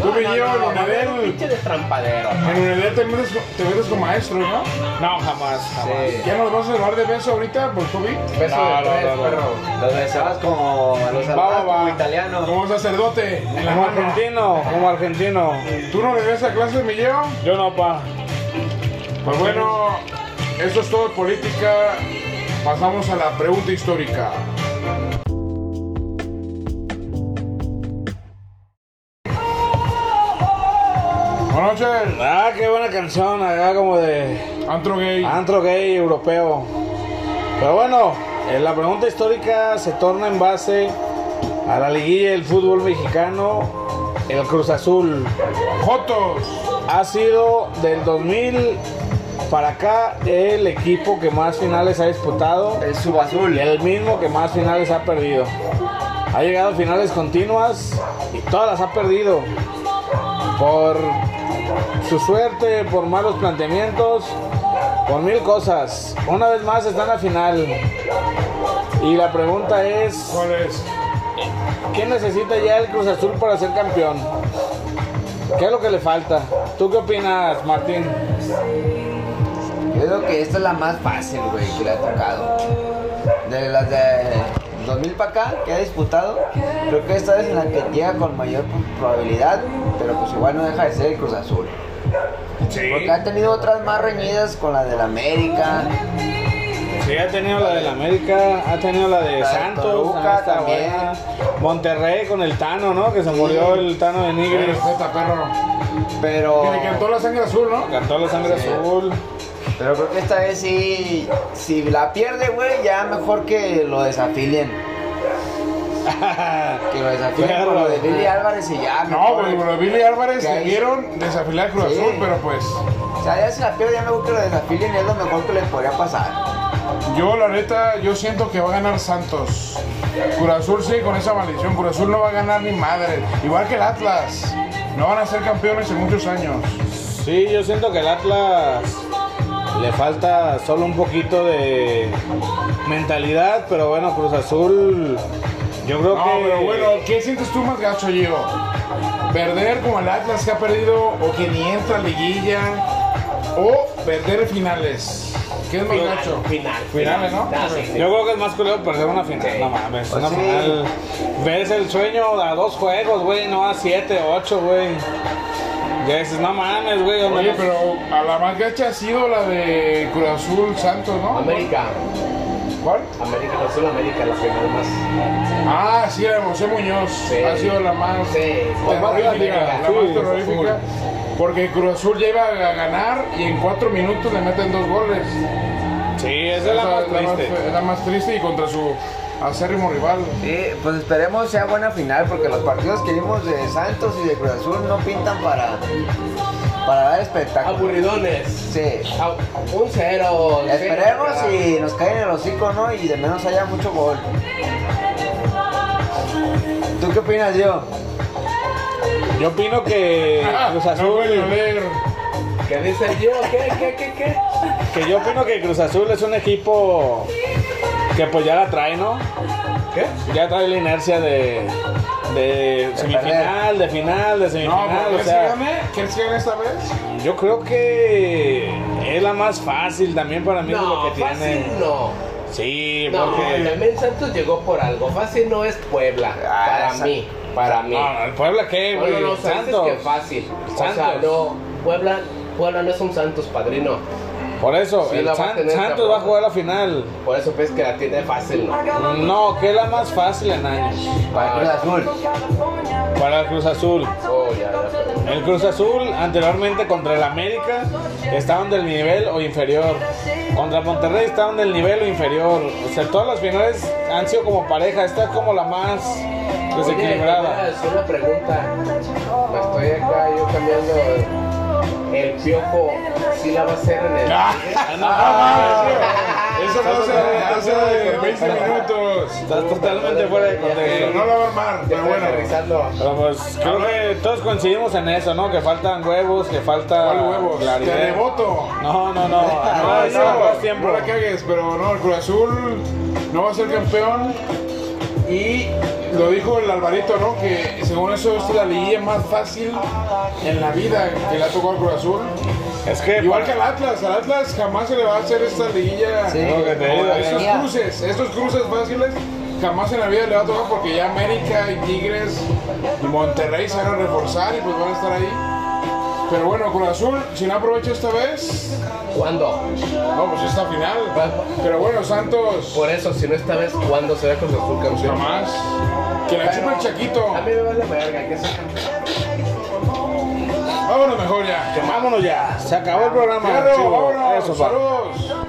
C: Tú me llevas
E: no,
C: en
E: va a haber un
C: Unedel.
E: pinche destrampadero.
C: En Unedel te metes, con- te metes con maestro, ¿no?
D: No, jamás, jamás.
F: Sí.
C: ¿Ya nos vas a salvar de beso ahorita pues, por COVID?
E: Beso
D: No,
E: de
D: no,
E: tres,
D: no, no.
E: perro.
F: Los besabas como a los
D: va,
F: salvados,
D: va.
F: como italianos.
C: Como sacerdote. En la
D: Como
C: mano.
D: argentino, como argentino.
C: ¿Tú no regresas a clases, mi Gio?
D: Yo no, pa.
C: Pues bueno, eso es todo de política. Pasamos a la pregunta histórica. Buenas noches,
D: Ah, qué buena canción, acá como de
C: antro gay.
D: antro gay europeo. Pero bueno, eh, la pregunta histórica se torna en base a la liguilla del fútbol mexicano, el Cruz Azul.
C: Jotos.
D: Ha sido del 2000 para acá el equipo que más finales ha disputado.
F: El subazul.
D: El mismo que más finales ha perdido. Ha llegado a finales continuas y todas las ha perdido. Por su suerte, por malos planteamientos, por mil cosas. Una vez más están a final. Y la pregunta es,
C: ¿Cuál es?
D: ¿qué necesita ya el Cruz Azul para ser campeón? ¿Qué es lo que le falta? ¿Tú qué opinas, Martín?
F: Yo creo que esta es la más fácil, güey, que le ha tocado. De las de 2000 para acá que ha disputado, creo que esta es la que llega con mayor probabilidad, pero pues igual no deja de ser el Cruz Azul.
D: Sí.
F: Porque ha tenido otras más reñidas con la del América,
D: Sí, ha tenido la del América, ha tenido la de
F: La de
D: Santos,
F: Toluca
D: también está
F: también.
D: buena. Monterrey con el Tano, ¿no? Que se murió el Tano de Nigres.
C: Respeta, perro.
F: pero,
C: Que le cantó la sangre azul, ¿no?
D: Cantó la sangre
F: Sí.
D: azul.
F: pero creo que esta vez sí, si la pierde, güey, ya mejor que lo desafilien. Que lo desafilien con lo de Billy Álvarez y ya.
C: No,
F: mejor.
C: güey, pero Billy Álvarez
F: ¿Qué
C: le
F: hay?
C: vieron desafilar al Cruz
F: Sí.
C: Azul, pero pues
F: O sea, ya si la pierde, ya mejor que lo desafilien, es lo mejor que le podría pasar.
C: yo la neta, yo siento que va a ganar Santos. Cruz Azul sigue con esa maldición, Cruz Azul no va a ganar ni madre, igual que el Atlas. No van a ser campeones en muchos años.
D: Sí, yo siento que el Atlas le falta solo un poquito de mentalidad, pero bueno, Cruz Azul, yo creo
C: No,
D: que...
C: pero bueno, ¿qué sientes tú más gacho, Gio? ¿Perder como el Atlas que ha perdido o que ni entra a liguilla? ¿O perder finales? ¿Qué es más gacho?
E: Final.
C: Finales, ¿no?
D: Yo creo que es más culero perder una final, no mames,
F: Pues
D: una
F: sí.
D: final. Ves el sueño a dos juegos, güey, no a siete, ocho, güey. Ya dices, no mames, güey. donde
C: Oye,
D: nos-
C: pero a la más gacha ha sido la de Cruz Azul Santos, ¿no?
E: América.
C: ¿Cuál?
E: América, no solo América, la final más.
C: Ah, sí, la de José Muñoz.
E: Sí.
C: Ha sido la más
E: Sí.
C: terrorífica. La
D: Sí,
C: más
D: Cruz
C: terrorífica. Porque Cruz Azul lleva a ganar y en cuatro minutos le meten dos goles.
D: Sí, esa es la más triste.
C: fe- es la más triste y contra su acérrimo rival.
F: Sí, pues esperemos sea buena final porque los partidos que vimos de Santos y de Cruz Azul no pintan para, para dar espectáculo.
E: Aburridones.
F: Sí.
E: A- Un cero.
F: Esperemos y nos caen en el hocico, ¿no? Y de menos haya mucho gol. ¿Tú qué opinas, yo?
D: Yo opino que Cruz
C: Ah, No
D: Azul,
C: voy a leer.
E: ¿Qué dice yo? ¿Qué, qué, qué, qué?
D: que yo opino que Cruz Azul es un equipo que pues ya la trae, ¿no?
E: ¿Qué?
D: Ya trae la inercia de, de semifinal, de final, de
C: No,
D: semifinal, o
C: ¿crees que
D: sea...
C: gane? ¿Crees que gane esta vez?
D: Yo creo que es la más fácil también para mí de lo
E: No,
D: que tiene.
E: fácil no.
D: Sí,
E: No,
D: porque
E: también Santos llegó por algo. Fácil no es Puebla.
F: Ah,
E: Para
F: esa-
E: mí. Para mí.
D: no, Ah, el Puebla qué,
E: No,
D: güey,
E: no, no, Santos.
D: Santos.
E: que fácil. O sea,
D: Santos.
E: no, Puebla, Puebla no es un Santos, padrino.
D: Por eso,
E: Sí,
D: el
E: la va
D: San-
E: a tener,
D: Santos
E: cabrón.
D: va a jugar la final.
E: Por eso ves que la tiene fácil, ¿no?
D: No, que es la más fácil en años.
F: Para Cruz Azul.
D: Para el Cruz Azul.
E: Oh, ya, ya, perdón.
D: El Cruz Azul anteriormente contra el América estaban del nivel o inferior. Contra Monterrey estaban del nivel o inferior. O sea, todas las finales han sido como pareja. Esta es como la más
C: Pues
E: Oye, mira,
D: desequilibrada.
E: Es una pregunta. Me estoy acá yo cambiando. El piojo, ¿sí la va a hacer en el.
C: Ah, Eso no se hace hace 20 minutos.
D: Estás totalmente fuera de contexto.
C: Eh, No la va a armar,
E: Ya
C: pero
E: estoy
C: bueno.
E: aterrizando.
D: Pero pues creo que todos coincidimos en eso, ¿no? Que faltan huevos, que falta
C: ¿Cuál huevos?
D: claridad.
C: Te reboto.
D: No, no, no. No,
C: No,
D: eso no,
C: no,
D: es tiempo.
C: no la cagues, pero no, el Cruz Azul no va a ser campeón. Y lo dijo el Alvarito, ¿no? Que según eso esta es la liguilla más fácil en la vida que le ha tocado al Cruz Azul.
D: Es que
C: Igual que al Atlas, al Atlas jamás se le va a hacer esta liguilla.
F: Sí.
D: Lo que te digo,
C: Estos
F: Venía.
C: cruces, estos cruces fáciles jamás en la vida le va a tocar porque ya América y Tigres y Monterrey se van a reforzar y pues van a estar ahí. Pero bueno, Cruz Azul, si no aprovecha esta vez,
E: ¿Cuándo?
C: no, pues esta final. Pero bueno, Santos,
E: Por eso, si no esta vez, ¿cuándo será con el full campeón?
C: jamás. Que la chupa el chaquito.
E: A mí me vale verga, que sea campeón.
C: Vámonos mejor ya.
D: vámonos ya. Se acabó el programa.
C: Fierro,
D: chivo.
C: vámonos.
D: Eso, pa.
C: Saludos.